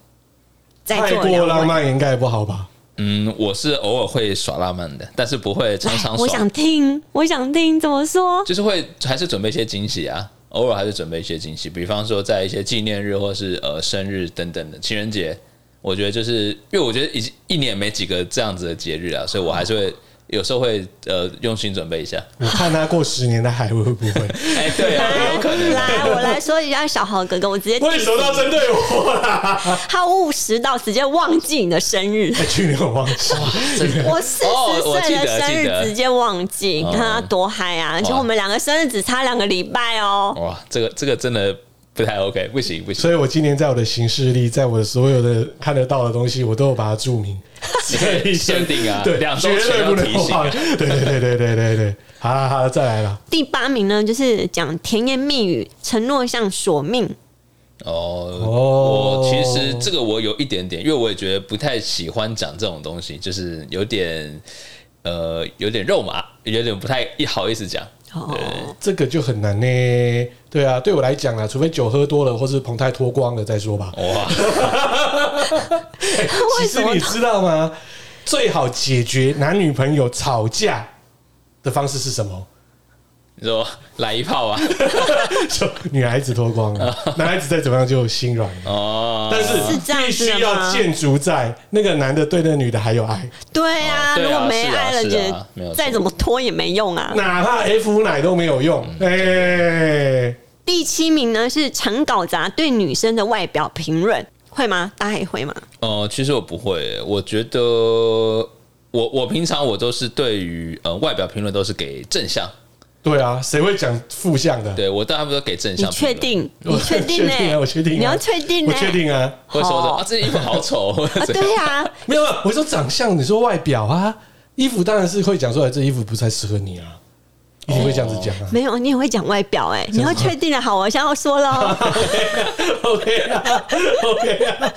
Speaker 5: 在
Speaker 4: 太
Speaker 5: 座的
Speaker 4: 过
Speaker 5: 两
Speaker 4: 浪
Speaker 5: 位，
Speaker 4: 漫应该也不好 吧？
Speaker 6: 嗯，我是偶尔会耍浪漫的，但是不会常常耍。
Speaker 5: 来哎我想听，我想听怎么说？
Speaker 6: 就是会还是准备一些惊喜啊，偶尔还是准备一些惊喜，比方说在一些纪念日或是呃生日等等的情人节，我觉得就是因为我觉得已经一年没几个这样子的节日啊，所以我还是会有时候会呃用心准备一下。
Speaker 4: 我看他过十年，他还会不会？
Speaker 6: 哎、对啊，
Speaker 5: 来
Speaker 6: 有可能啊。
Speaker 5: 来，我来说一下小豪哥哥，我直接
Speaker 4: 为什么要针对我啦？
Speaker 5: 他务实到直接忘记你的生 日。
Speaker 4: 哎去年我忘记了，
Speaker 5: 我四十
Speaker 6: 哦我记
Speaker 5: 岁
Speaker 6: 得
Speaker 5: 的生
Speaker 6: 记
Speaker 5: 日
Speaker 6: 得哦
Speaker 5: 直接忘记，你看他多嗨啊！而且我们两个生日只差两个礼拜哦。
Speaker 6: 哇，这个这个真的不太 OK，不行不行，
Speaker 4: 所以我今年在我的行事历，在我所有的看得到的东西，我都有把它注明。
Speaker 6: 你可以 限定啊，
Speaker 4: 对，
Speaker 6: 两周
Speaker 4: 绝
Speaker 6: 前
Speaker 4: 对不
Speaker 6: 要提
Speaker 4: 能
Speaker 6: 醒啊、
Speaker 4: 忘。对对对对对对对，好了好了，再来了。
Speaker 5: 第八名呢，就是讲甜言蜜语，承诺像索命。
Speaker 6: 哦，
Speaker 4: 哦
Speaker 6: 我其实这个我有一点点，因为我也觉得不太喜欢讲这种东西，就是有点呃，有点肉麻，有点不太好意思讲。
Speaker 5: 哦，
Speaker 4: 这个就很难呢，对啊，对我来讲啊，除非酒喝多了，或是彭泰脱光了再说吧。
Speaker 6: 哇，
Speaker 4: 其实你知道吗？最好解决男女朋友吵架的方式是什么？
Speaker 6: 你说来一炮 啊？
Speaker 4: 就 女孩子脱光了，男孩子再怎么样就心软了。
Speaker 6: 哦，
Speaker 4: 但是
Speaker 5: 是这样
Speaker 4: 必
Speaker 5: 子的
Speaker 4: 须
Speaker 5: 吗
Speaker 4: 要建筑在那个男的对那个女的还有爱，
Speaker 5: 对啊，
Speaker 6: 哦对
Speaker 5: 如
Speaker 6: 啊
Speaker 5: 果没爱了，
Speaker 6: 是啊是啊没有
Speaker 5: 就
Speaker 6: 错
Speaker 5: 再怎么拖也没用啊。
Speaker 4: 哪怕 F 奶都没有用。哎，
Speaker 5: 第七名呢是常搞砸对女生的外表评论，会吗？大家也会吗？
Speaker 6: 呃，其实我不会，我觉得我我平常我都是对于呃外表评论都是给正向，
Speaker 4: 对啊，谁会讲负向的？
Speaker 6: 对我，但他们都给正
Speaker 5: 你
Speaker 6: 向。
Speaker 5: 确？定？
Speaker 4: 我
Speaker 5: 你确定呢、
Speaker 4: 啊我确定啊，
Speaker 5: 你要确定呢、
Speaker 4: 我确定啊。
Speaker 6: 会说的
Speaker 5: 哦
Speaker 6: 啊，这件衣服好丑，或者
Speaker 5: 啊，
Speaker 6: 怎样
Speaker 5: 对啊，
Speaker 4: 没有，啊，我说长相，你说外表啊，衣服当然是会讲出来，这衣服不太适合你啊，一定会这样子讲啊。
Speaker 5: 没有，你也会讲外表哎、你要确定了。好，我现在要说喽。
Speaker 4: OK 啊，OK 啊，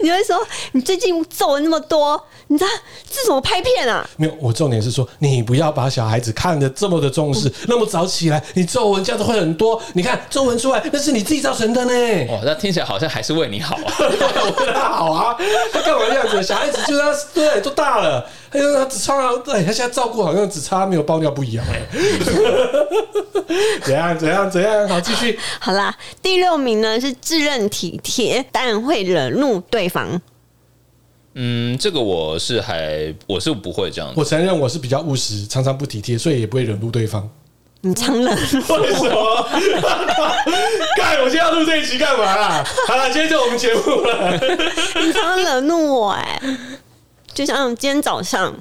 Speaker 5: 你会说你最近皱了那么多，你知道这怎么拍片啊？
Speaker 4: 没有，我重点是说，你不要把小孩子看得这么的重视，那么早起来，你皱纹这样子会很多。你看皱纹出来，那是你自己造成的呢。
Speaker 6: 哇，那听起来好像还是为你好 啊。
Speaker 4: 我跟他好啊，他干嘛这样子？小孩子就是他，对，都大了，他就他只差，对他现在照顾好像只差没有包尿布一样。哎 怎样怎样怎样？好，继续。
Speaker 5: 好啦，第六名呢是自认体贴，但会惹怒对方。
Speaker 6: 嗯，这个我是还我是不会这样
Speaker 4: 我承认我是比较务实，常常不体贴，所以也不会惹怒对方。
Speaker 5: 你常惹怒，
Speaker 4: 为什么？ 干，我今天要录这一集干嘛啦？好了，今天就我们节目了。
Speaker 5: 你常惹怒我哎、 就像今天早上，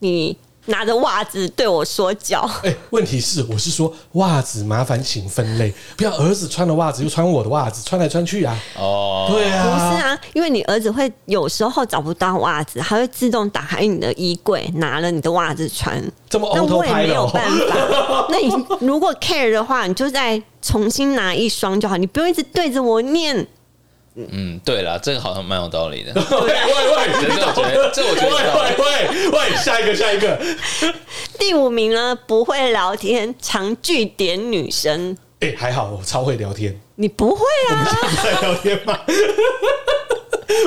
Speaker 5: 你拿着袜子对我说教，
Speaker 4: 哎、问题是我是说袜子，麻烦请分类，不要儿子穿了袜子又穿我的袜子，穿来穿去啊。
Speaker 6: 哦。
Speaker 4: 对
Speaker 5: 不
Speaker 4: 啊，
Speaker 5: 是啊，因为你儿子会有时候找不到袜子，他会自动打开你的衣柜，拿了你的袜子穿。
Speaker 4: 这么
Speaker 5: 那
Speaker 4: auto
Speaker 5: 我也
Speaker 4: 拍
Speaker 5: 没
Speaker 4: 的
Speaker 5: 有
Speaker 4: 哦
Speaker 5: 办法。那你如果 care 的话，你就再重新拿一双就好，你不用一直对着我念。
Speaker 6: 嗯，对啦，这个好像蛮有道理的。
Speaker 4: 喂喂
Speaker 6: 这个我觉得，这个我觉得有道理
Speaker 4: 啊喂喂喂喂，下一个下一个。
Speaker 5: 第五名呢，不会聊天，常据点女生，
Speaker 4: 哎、还好我超会聊天，
Speaker 5: 你不会啊？
Speaker 4: 不在聊天吗？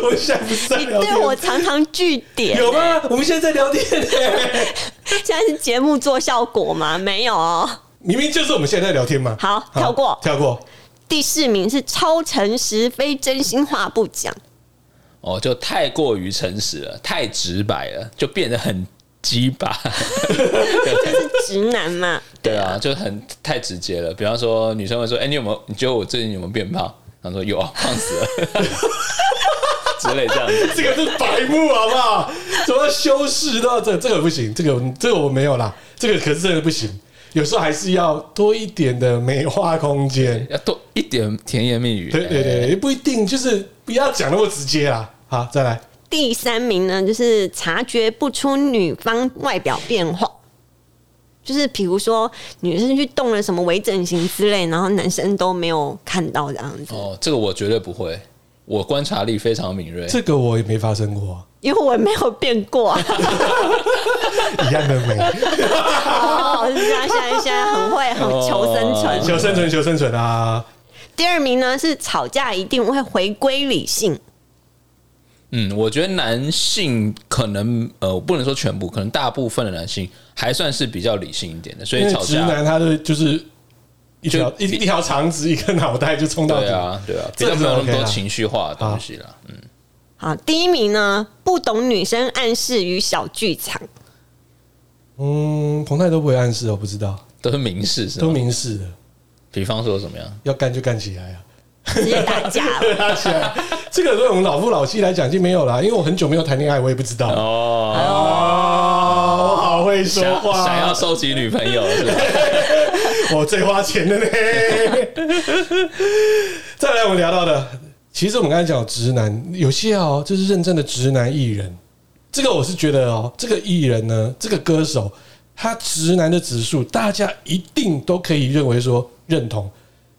Speaker 4: 我们现在不是在
Speaker 5: 你
Speaker 4: 聊
Speaker 5: 对
Speaker 4: 天
Speaker 5: 我常常据点，
Speaker 4: 有吗？我们现在在聊天、
Speaker 5: 现在是节目做效果吗？没有哦。
Speaker 4: 明明就是我们现在在聊天嘛。
Speaker 5: 好跳过
Speaker 4: 跳过。
Speaker 5: 第四名是超诚实，非真心话不讲。
Speaker 6: 哦，就太过于诚实了，太直白了，就变得很鸡巴。
Speaker 5: 直男嘛，
Speaker 6: 对啊，就很太直接了。比方说，女生会说：“哎、你有没有？你觉得我最近有没有变胖？”他说：“有啊，胖死了。” 之类这样子。
Speaker 4: 这个是白目好不好？什么修饰到这这个不行，这个这个我没有啦，这个可是真的不行。有时候还是要多一点的美化空间。
Speaker 6: 要多一点甜言蜜语。
Speaker 4: 对对对，也不一定，就是不要讲那么直接啦。好，再来。
Speaker 5: 第三名呢，就是察觉不出女方外表变化，就是比如说女生去动了什么微整形之类，然后男生都没有看到这样子，
Speaker 6: 哦，这个我绝对不会，我观察力非常敏锐。
Speaker 4: 这个我也没发生过、
Speaker 5: 因为我没有变过、啊。
Speaker 4: 一样的 美，
Speaker 5: 哦，是这样，现在现在很会很求生存。
Speaker 4: 求生存，求生存啊！
Speaker 5: 第二名呢是吵架一定会回归理性，
Speaker 6: 嗯，我觉得男性可能呃，我不能说全部，可能大部分的男性还算是比较理性一点的，所
Speaker 4: 因
Speaker 6: 以
Speaker 4: 为
Speaker 6: 吵
Speaker 4: 直
Speaker 6: 架，啊
Speaker 4: 男他的就是一条
Speaker 6: 就
Speaker 4: 一一条肠子，一个脑袋就冲到底
Speaker 6: 对啊，对啊，比
Speaker 4: 这个
Speaker 6: 较没有那么
Speaker 4: OK
Speaker 6: 多
Speaker 4: 啦
Speaker 6: 情绪化的东西啦。嗯，
Speaker 5: 好，第一名呢不懂女生暗示与小剧场，
Speaker 4: 嗯，彭泰都不会暗示，我不知道，
Speaker 6: 都是明示是
Speaker 4: 都
Speaker 6: 吗？
Speaker 4: 明示的，
Speaker 6: 比方说怎么样？
Speaker 4: 要干就干起来啊！
Speaker 5: 直接打架 了。
Speaker 4: 打起来，这个对我们老夫老妻来讲已经没有啦，因为我很久没有谈恋爱，我也不知道。
Speaker 6: 哦，
Speaker 4: 哦，我好会说
Speaker 6: 想
Speaker 4: 话，
Speaker 6: 想要收集女朋友是吧？
Speaker 4: 我最花钱 的呢。再来，我们聊到的，其实我们刚才讲直男，有些哦，就是认真的直男艺人。这个我是觉得哦，这个艺人呢，这个歌手，他直男的指数，大家一定都可以认为说认同，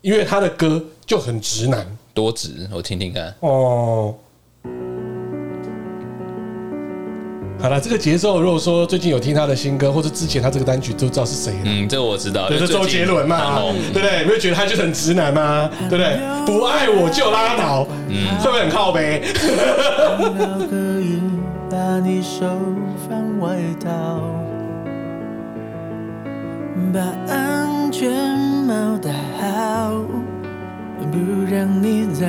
Speaker 4: 因为他的歌就很直男
Speaker 6: 多直，我听听看。
Speaker 4: 哦。好了，这个节奏，如果说最近有听他的新歌，或者之前他这个单曲，都知道是谁了。
Speaker 6: 嗯，这我知道，
Speaker 4: 对，
Speaker 6: 因为
Speaker 4: 是周
Speaker 6: 最近
Speaker 4: 杰伦嘛
Speaker 6: 很，红
Speaker 4: 对不对？你会觉得他就是很直男嘛，对不对？不爱我就拉倒，
Speaker 6: 嗯
Speaker 4: 会不会很靠背？
Speaker 9: 那个影把你手放外套，把安全帽戴好，不让你在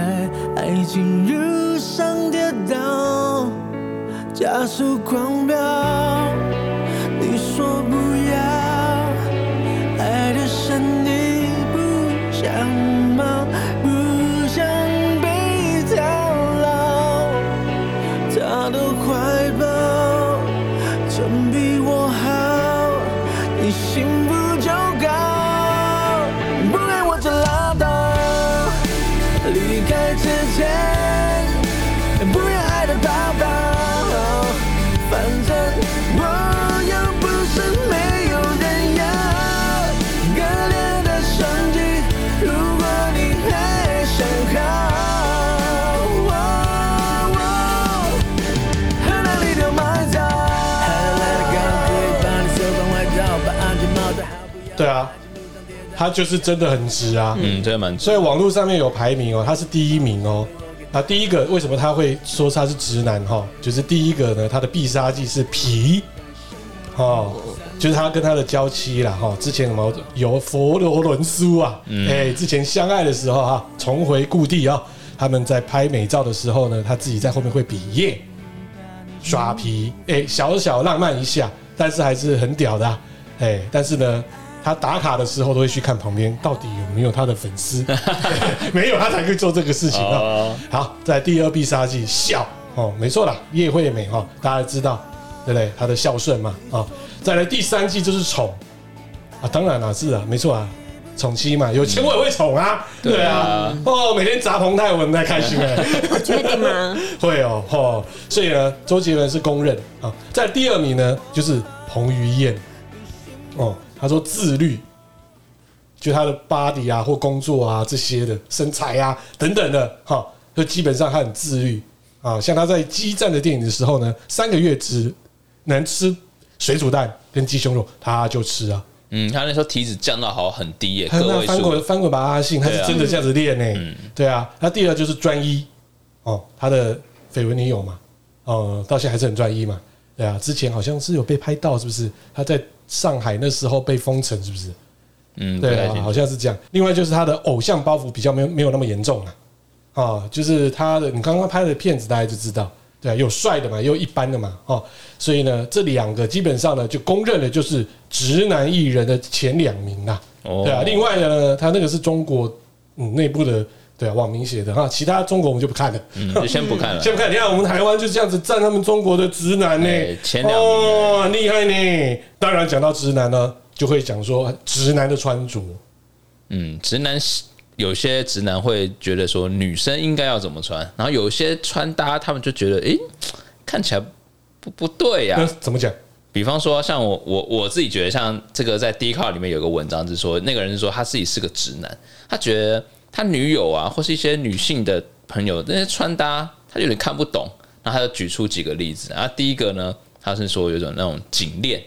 Speaker 9: 爱情路上跌倒，加速狂飙。你说不要。爱的深，你不想冒，不想被套牢，他的怀抱，曾比我好，你幸福就高。
Speaker 7: 哦
Speaker 4: 对啊，他就是真的很直啊。
Speaker 6: 嗯，真的蛮
Speaker 4: 所以网络上面有排名哦，他是第一名哦。那第一个为什么他会说他是直男哈、就是第一个呢，他的必杀技是皮，哦，就是他跟他的娇妻啦哈、之前什么有佛罗伦苏啊，哎、之前相爱的时候哈、重回故地啊、他们在拍美照的时候呢，他自己在后面会比耶，耍皮，哎、小小浪漫一下，但是还是很屌的、啊，哎、但是呢。他打卡的时候都会去看旁边到底有没有他的粉丝， 没有他才会做这个事情啊、
Speaker 6: 哦
Speaker 4: 好，在第二必杀技孝哦，没错啦，叶惠美哈、哦，大家知道对不对？她的孝顺嘛啊、哦再来第三季就是宠啊，当然啦，是啊，没错啊，宠妻嘛，有钱我也会宠啊，对
Speaker 6: 对
Speaker 4: 啊
Speaker 6: 啊，
Speaker 4: 哦，每天砸彭泰文太开心啊 了，
Speaker 5: 确定吗？
Speaker 4: 会哦哦，所以呢，周杰伦是公认啊，在第二名呢就是彭于晏哦，他说自律。就他的 body 啊，或工作啊这些的身材啊等等的，哈、就基本上他很自律啊。像他在激战的电影的时候呢，三个月只能吃水煮蛋跟鸡胸肉，他就吃啊。
Speaker 6: 嗯，他那时候体脂降到好像很低耶，
Speaker 4: 还有
Speaker 6: 个
Speaker 4: 那
Speaker 6: 哎位
Speaker 4: 翻滚
Speaker 6: 数。
Speaker 4: 翻滚吧阿信，他是
Speaker 6: 对啊
Speaker 4: 真的这样子练呢、对啊，那第二就是专一哦，他的绯闻女友嘛，哦，到现在还是很专一嘛。对啊，之前好像是有被拍到，是不是？他在上海那时候被封城，是不是？
Speaker 6: 嗯，不
Speaker 4: 对
Speaker 6: 太
Speaker 4: 啊
Speaker 6: 清，楚
Speaker 4: 好像是这样。另外就是他的偶像包袱比较没有没有那么严重了啊、就是他的你刚刚拍的片子大家就知道，对、啊，有帅的嘛，也有一般的嘛，哦，所以呢，这两个基本上呢就公认的就是直男艺人的前两名啦，
Speaker 6: 哦
Speaker 4: 对啊。另外呢，他那个是中国嗯内部的对啊网民写的哈，其他中国我们就不看了。
Speaker 6: 嗯，就先不看了。
Speaker 4: 先不看，你看我们台湾就这样子占他们中国的直男呢、
Speaker 6: 哎前两名
Speaker 4: 哦，厉害呢。当然讲到直男呢，就会讲说直男的穿着，
Speaker 6: 嗯，直男有些直男会觉得说女生应该要怎么穿，然后有些穿搭他们就觉得，诶，看起来不不对呀、
Speaker 4: 那怎么讲？
Speaker 6: 比方说，像我我我自己觉得，像这个在 d c a r 里面有个文章，是说那个人是说他自己是个直男，他觉得他女友啊，或是一些女性的朋友那些穿搭，他有点看不懂。然后他就举出几个例子，啊，第一个呢，他是说有一种那种颈链，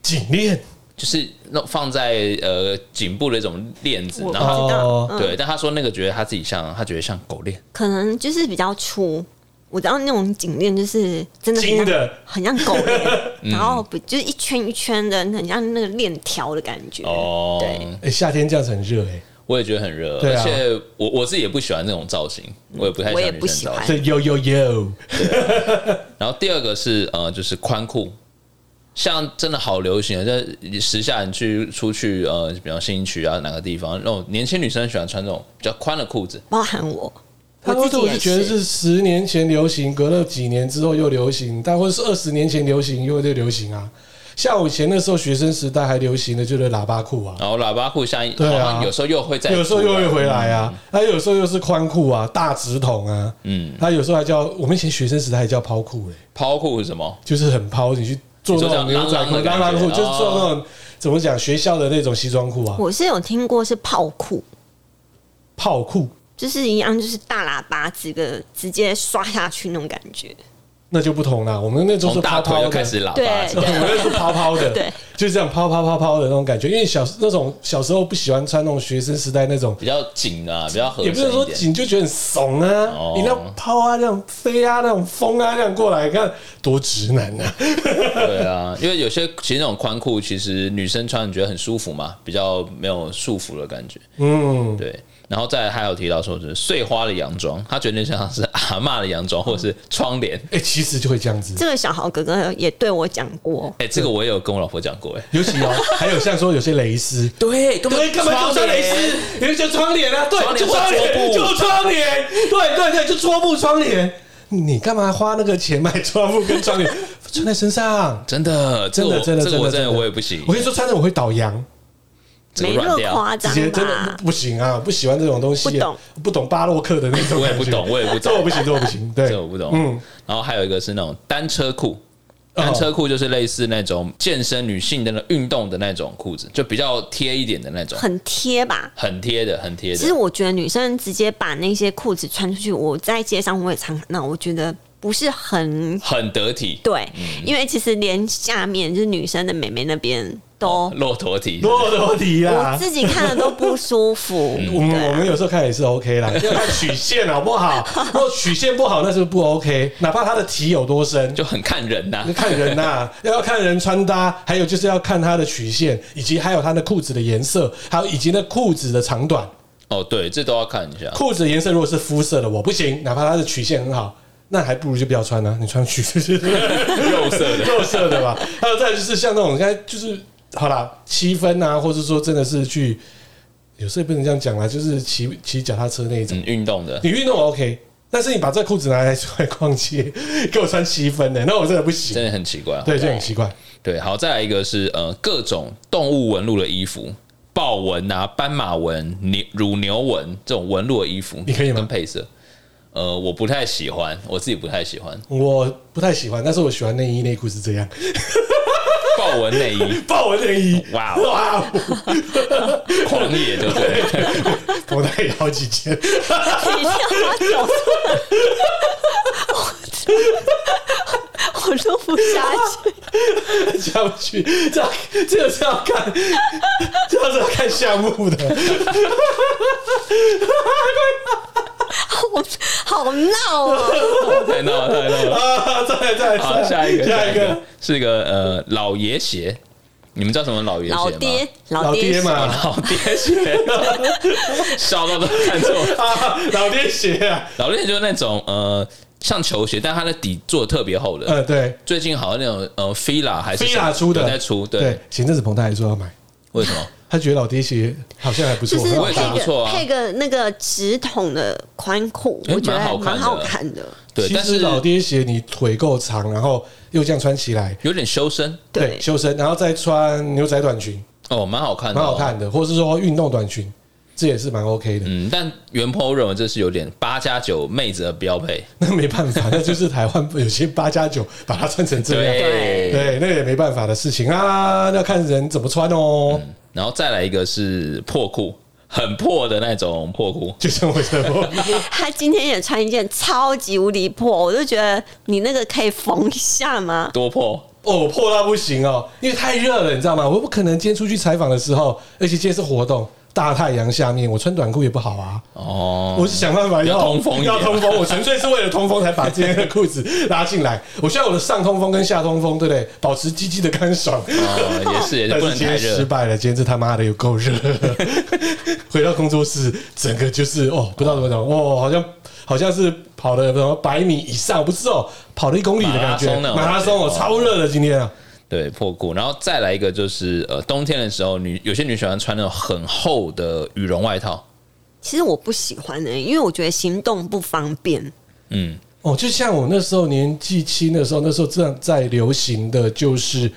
Speaker 4: 颈链
Speaker 6: 就是那种放在呃颈部的一种链子，然后
Speaker 5: 知道
Speaker 4: 哦，
Speaker 6: 对，但他说那个觉得他自己像，他觉得像狗链，
Speaker 5: 可能就是比较粗。我知道那种颈链就是真的很
Speaker 4: 金
Speaker 5: 像
Speaker 4: 的
Speaker 5: 很像狗
Speaker 6: 嗯
Speaker 5: 链，然后不就是一圈一圈的，很像那个链条的感觉。
Speaker 6: 哦
Speaker 5: 对，
Speaker 4: 哎、夏天这样子很热哎、
Speaker 6: 我也觉得很热，
Speaker 4: 对
Speaker 6: 而
Speaker 4: 啊
Speaker 6: 且我我自己也不喜欢那种造型，我也不太喜
Speaker 5: 我也
Speaker 6: 欢女
Speaker 5: 不
Speaker 6: 生
Speaker 5: 喜
Speaker 6: 造
Speaker 5: 欢
Speaker 6: 型。
Speaker 4: 所以有有有，
Speaker 6: 然后第二个是呃，就是宽裤，像真的好流行，在时下你去出去呃，比方新一区啊哪个地方，那种年轻女生喜欢穿这种比较宽的裤子，
Speaker 5: 包含我，
Speaker 4: 他
Speaker 5: 我
Speaker 4: 或
Speaker 5: 自
Speaker 4: 者
Speaker 5: 己
Speaker 4: 我
Speaker 5: 也
Speaker 4: 就觉得是十年前流行，隔了几年之后又流行，但或者是二十年前流行又又流行啊。像我以前那时候学生时代还流行的就是喇叭裤啊，
Speaker 6: 然后喇叭裤像好
Speaker 4: 对啊
Speaker 6: 像有时候又会在，嗯
Speaker 4: 有时候又会回来啊，他有时候又是宽裤啊、大直筒啊，嗯，他有时候还叫我们以前学生时代还叫抛裤哎、
Speaker 6: 抛裤是什么？
Speaker 4: 就是很抛，你去做那种
Speaker 6: 你说
Speaker 4: 牛仔
Speaker 6: 这样
Speaker 4: 裤、
Speaker 6: 浪浪的感
Speaker 4: 拉
Speaker 6: 觉
Speaker 4: 拉裤，就是做那
Speaker 6: 哦
Speaker 4: 种怎么讲学校的那种西装裤啊，
Speaker 5: 我是有听过是炮裤，
Speaker 4: 炮裤，
Speaker 5: 就是一样，就是大喇叭直个直接刷下去那种感觉。
Speaker 4: 那就不同啦，我们那种是
Speaker 6: 从大
Speaker 4: 抛
Speaker 6: 腿
Speaker 4: 抛的，
Speaker 6: 就开始喇
Speaker 5: 对
Speaker 6: 叭，这
Speaker 4: 我
Speaker 6: 样
Speaker 4: 那是抛抛 的，
Speaker 5: 对，
Speaker 4: 就这样抛抛抛抛的那种感觉。因为小那种小时候不喜欢穿那种学生时代那种，
Speaker 6: 比较紧啊，比较合
Speaker 4: 也
Speaker 6: 身
Speaker 4: 不是说
Speaker 6: 一点。
Speaker 4: 紧就觉得很怂啊
Speaker 6: 哦，
Speaker 4: 你那样抛啊，这样飞啊，那种风啊，这样过来，看多直男啊！
Speaker 6: 对啊，因为有些其实那种宽裤，其实女生穿你觉得很舒服嘛，比较没有束缚的感觉。
Speaker 4: 嗯，
Speaker 6: 对，然后再来还有提到说，就是碎花的洋装，他觉得那像是阿嬷的洋装或者是窗帘。
Speaker 4: 哎，其实就会这样子。
Speaker 5: 这个小豪哥哥也对我讲过，
Speaker 6: 哎、这个我也有跟我老婆讲过、哎，
Speaker 4: 尤 其哦，还有像说有些蕾丝，
Speaker 6: 对，根
Speaker 4: 对，干嘛就穿蕾丝？因为就窗帘啊，对，
Speaker 6: 窗帘
Speaker 4: 就窗帘，
Speaker 6: 或桌
Speaker 4: 就
Speaker 6: 布
Speaker 4: 窗帘，对对对，就桌布窗帘。你干嘛花那个钱买桌布跟窗帘？穿在身上，
Speaker 6: 真的，这
Speaker 4: 真
Speaker 6: 个
Speaker 4: 的
Speaker 6: 我
Speaker 4: 真的
Speaker 6: 这个我
Speaker 4: 真
Speaker 6: 真
Speaker 4: 的
Speaker 6: 的我也不行
Speaker 4: 我，跟你说，穿着我会倒洋，
Speaker 6: 这个
Speaker 5: 没那
Speaker 6: 软
Speaker 5: 么
Speaker 6: 掉，
Speaker 5: 夸
Speaker 4: 直
Speaker 5: 张
Speaker 4: 接真的
Speaker 5: 吧？
Speaker 4: 不行啊，不喜欢这种东西，
Speaker 5: 不懂
Speaker 4: 不懂巴洛克的那种
Speaker 6: 我也
Speaker 4: 感觉，
Speaker 6: 不懂，我也不
Speaker 4: 这我
Speaker 6: 懂
Speaker 4: 不，行，这我不行，对，
Speaker 6: 这我不懂。
Speaker 4: 嗯，哦
Speaker 6: 然后还有一个是那种单车裤。单车裤就是类似那种健身女性的那种运动的那种裤子，就比较贴一点的那种，
Speaker 5: 很贴吧？
Speaker 6: 很贴的，很贴的。
Speaker 5: 其实我觉得女生直接把那些裤子穿出去，我在街上我也常看到，我觉得不不是很
Speaker 6: 很得体，
Speaker 5: 对，
Speaker 6: 嗯
Speaker 5: 因为其实连下面就是女生的美眉那边都
Speaker 6: 哦，啊骆驼体，
Speaker 4: 骆驼体啦
Speaker 5: 我。自己看了都不舒服。
Speaker 4: 我
Speaker 6: 嗯
Speaker 4: 们我们有时候看也是 OK 啦，要看曲线好不好？如果曲线不好，那是不 OK。哪怕他的体有多深，
Speaker 6: 就很看人呐、
Speaker 4: 那看人呐、 要要看人穿搭，还有就是要看他的曲线，以及还有他的裤子的颜色，还有以及那裤子的长短。
Speaker 6: 哦，对，这都要看一下。
Speaker 4: 裤子的颜色如果是肤色的，我不行，哪怕它的曲线很好，那还不如就不要穿呢、你穿曲 肉
Speaker 6: 色的
Speaker 4: 肉色的吧。 还有再就是像那种，刚才就是好啦，七分啊，或者说真的是去，有时候也不能这样讲啦，就是骑骑脚踏车那一种。
Speaker 6: 嗯，运动的
Speaker 4: 你运动我 OK，但是你把这裤子拿来出来逛街，给我穿七分的、那我真的不行
Speaker 6: 真。的很奇怪。哦
Speaker 4: 对，就很奇怪。
Speaker 6: 对，好，再来一个是呃各种动物纹路的衣服，豹纹啊、斑马纹、牛乳牛纹这种纹路的衣服，
Speaker 4: 你可以吗
Speaker 6: 跟配色，呃，我不太喜欢，我自己不太喜欢
Speaker 4: 我不太喜欢，但是我喜欢内衣内裤是这样，
Speaker 6: 豹纹内衣，
Speaker 4: 豹纹内衣，
Speaker 6: 哇哦
Speaker 4: 哇哦，
Speaker 6: 狂野对不对？
Speaker 4: 我带了好几件。
Speaker 5: 你让我走我我录不下去，
Speaker 4: 下不去，这样这个是要看，这个是要看项目的。
Speaker 5: 我好闹哦！
Speaker 6: 太闹了，太闹了。
Speaker 4: 啊，再来再来，
Speaker 6: 好，
Speaker 4: 再
Speaker 6: 下
Speaker 4: 来
Speaker 6: 一个，
Speaker 4: 下一个，
Speaker 6: 是一个呃老爷鞋，你们知道什么老爷鞋吗？
Speaker 5: 老爹，
Speaker 4: 老爹
Speaker 5: 爹
Speaker 4: 嘛，
Speaker 6: 老爹鞋，笑到都看错。
Speaker 4: 啊， 老爹鞋啊，
Speaker 6: 老爹鞋就是那种呃像球鞋，但它的底做的特别厚的。
Speaker 4: 呃，对，
Speaker 6: 最近好像那种呃 fila 还是
Speaker 4: 菲
Speaker 6: 什么
Speaker 4: 亚出的
Speaker 6: 有在出，哦对，
Speaker 4: 对，前阵子彭泰还说要买，
Speaker 6: 为什么？
Speaker 4: 他觉得老爹鞋好像还不错，
Speaker 5: 就是
Speaker 4: 很好
Speaker 6: 我也觉得
Speaker 4: 搭
Speaker 6: 不错啊
Speaker 5: 配个那个直筒的宽裤，
Speaker 6: 诶
Speaker 5: 我觉得还蛮
Speaker 6: 蛮好
Speaker 5: 好
Speaker 6: 看
Speaker 5: 看的。
Speaker 6: 对，
Speaker 4: 其
Speaker 6: 但
Speaker 4: 实
Speaker 6: 是
Speaker 4: 老爹鞋你腿够长，然后又这样穿起来，
Speaker 6: 有点修身
Speaker 5: 对，
Speaker 4: 修身，然后再穿牛仔短裙，
Speaker 6: 哦，蛮好看的、
Speaker 4: 蛮
Speaker 6: 哦，
Speaker 4: 好看的，或是说运动短裙，这也是蛮 OK 的。
Speaker 6: 嗯，但原 PO 认为这是有点八加九妹子的标配，
Speaker 4: 那没办 法，那就是台湾有些八加九把它穿成这样，
Speaker 6: 对
Speaker 4: 对，那也没办法的事情啊，那看人怎么穿哦。
Speaker 6: 然后再来一个是破裤，很破的那种破裤，
Speaker 4: 就像我 这么，
Speaker 5: 他今天也穿一件超级无敌破，我就觉得你那个可以缝一下吗？
Speaker 6: 多破，
Speaker 4: 哦，我破到不行哦，因为太热了，你知道吗？我不可能今天出去采访的时候，而且今天是活动，大太阳下面，我穿短裤也不好啊。
Speaker 6: 哦，
Speaker 4: 我是想办法
Speaker 6: 要通风一点
Speaker 4: 要通风。我纯粹是为了通风才把今天的裤子拉进来。我需要我的上通风跟下通风，对不对？保持鸡鸡的干爽。
Speaker 6: 哦，也是也是
Speaker 4: 但
Speaker 6: 不
Speaker 4: 是
Speaker 6: 能
Speaker 4: 今
Speaker 6: 太
Speaker 4: 天失
Speaker 6: 热，
Speaker 4: 败了，今天这他妈的有够热。 回到工作室，整个就是哦，不知道怎么讲哦，好像好像是跑了什么百米以上，不是哦，跑了一公里的感觉
Speaker 6: 马拉松那，种
Speaker 4: 马拉松哦，超热的今天啊，
Speaker 6: 对破裤，然后再来一个就是呃，冬天的时候女有些女喜欢穿那种很厚的羽绒外套，
Speaker 5: 其实我不喜欢呢、因为我觉得行动不方便。
Speaker 6: 嗯，
Speaker 4: 哦，就像我那时候年纪轻的时候，那时候正在流行的就是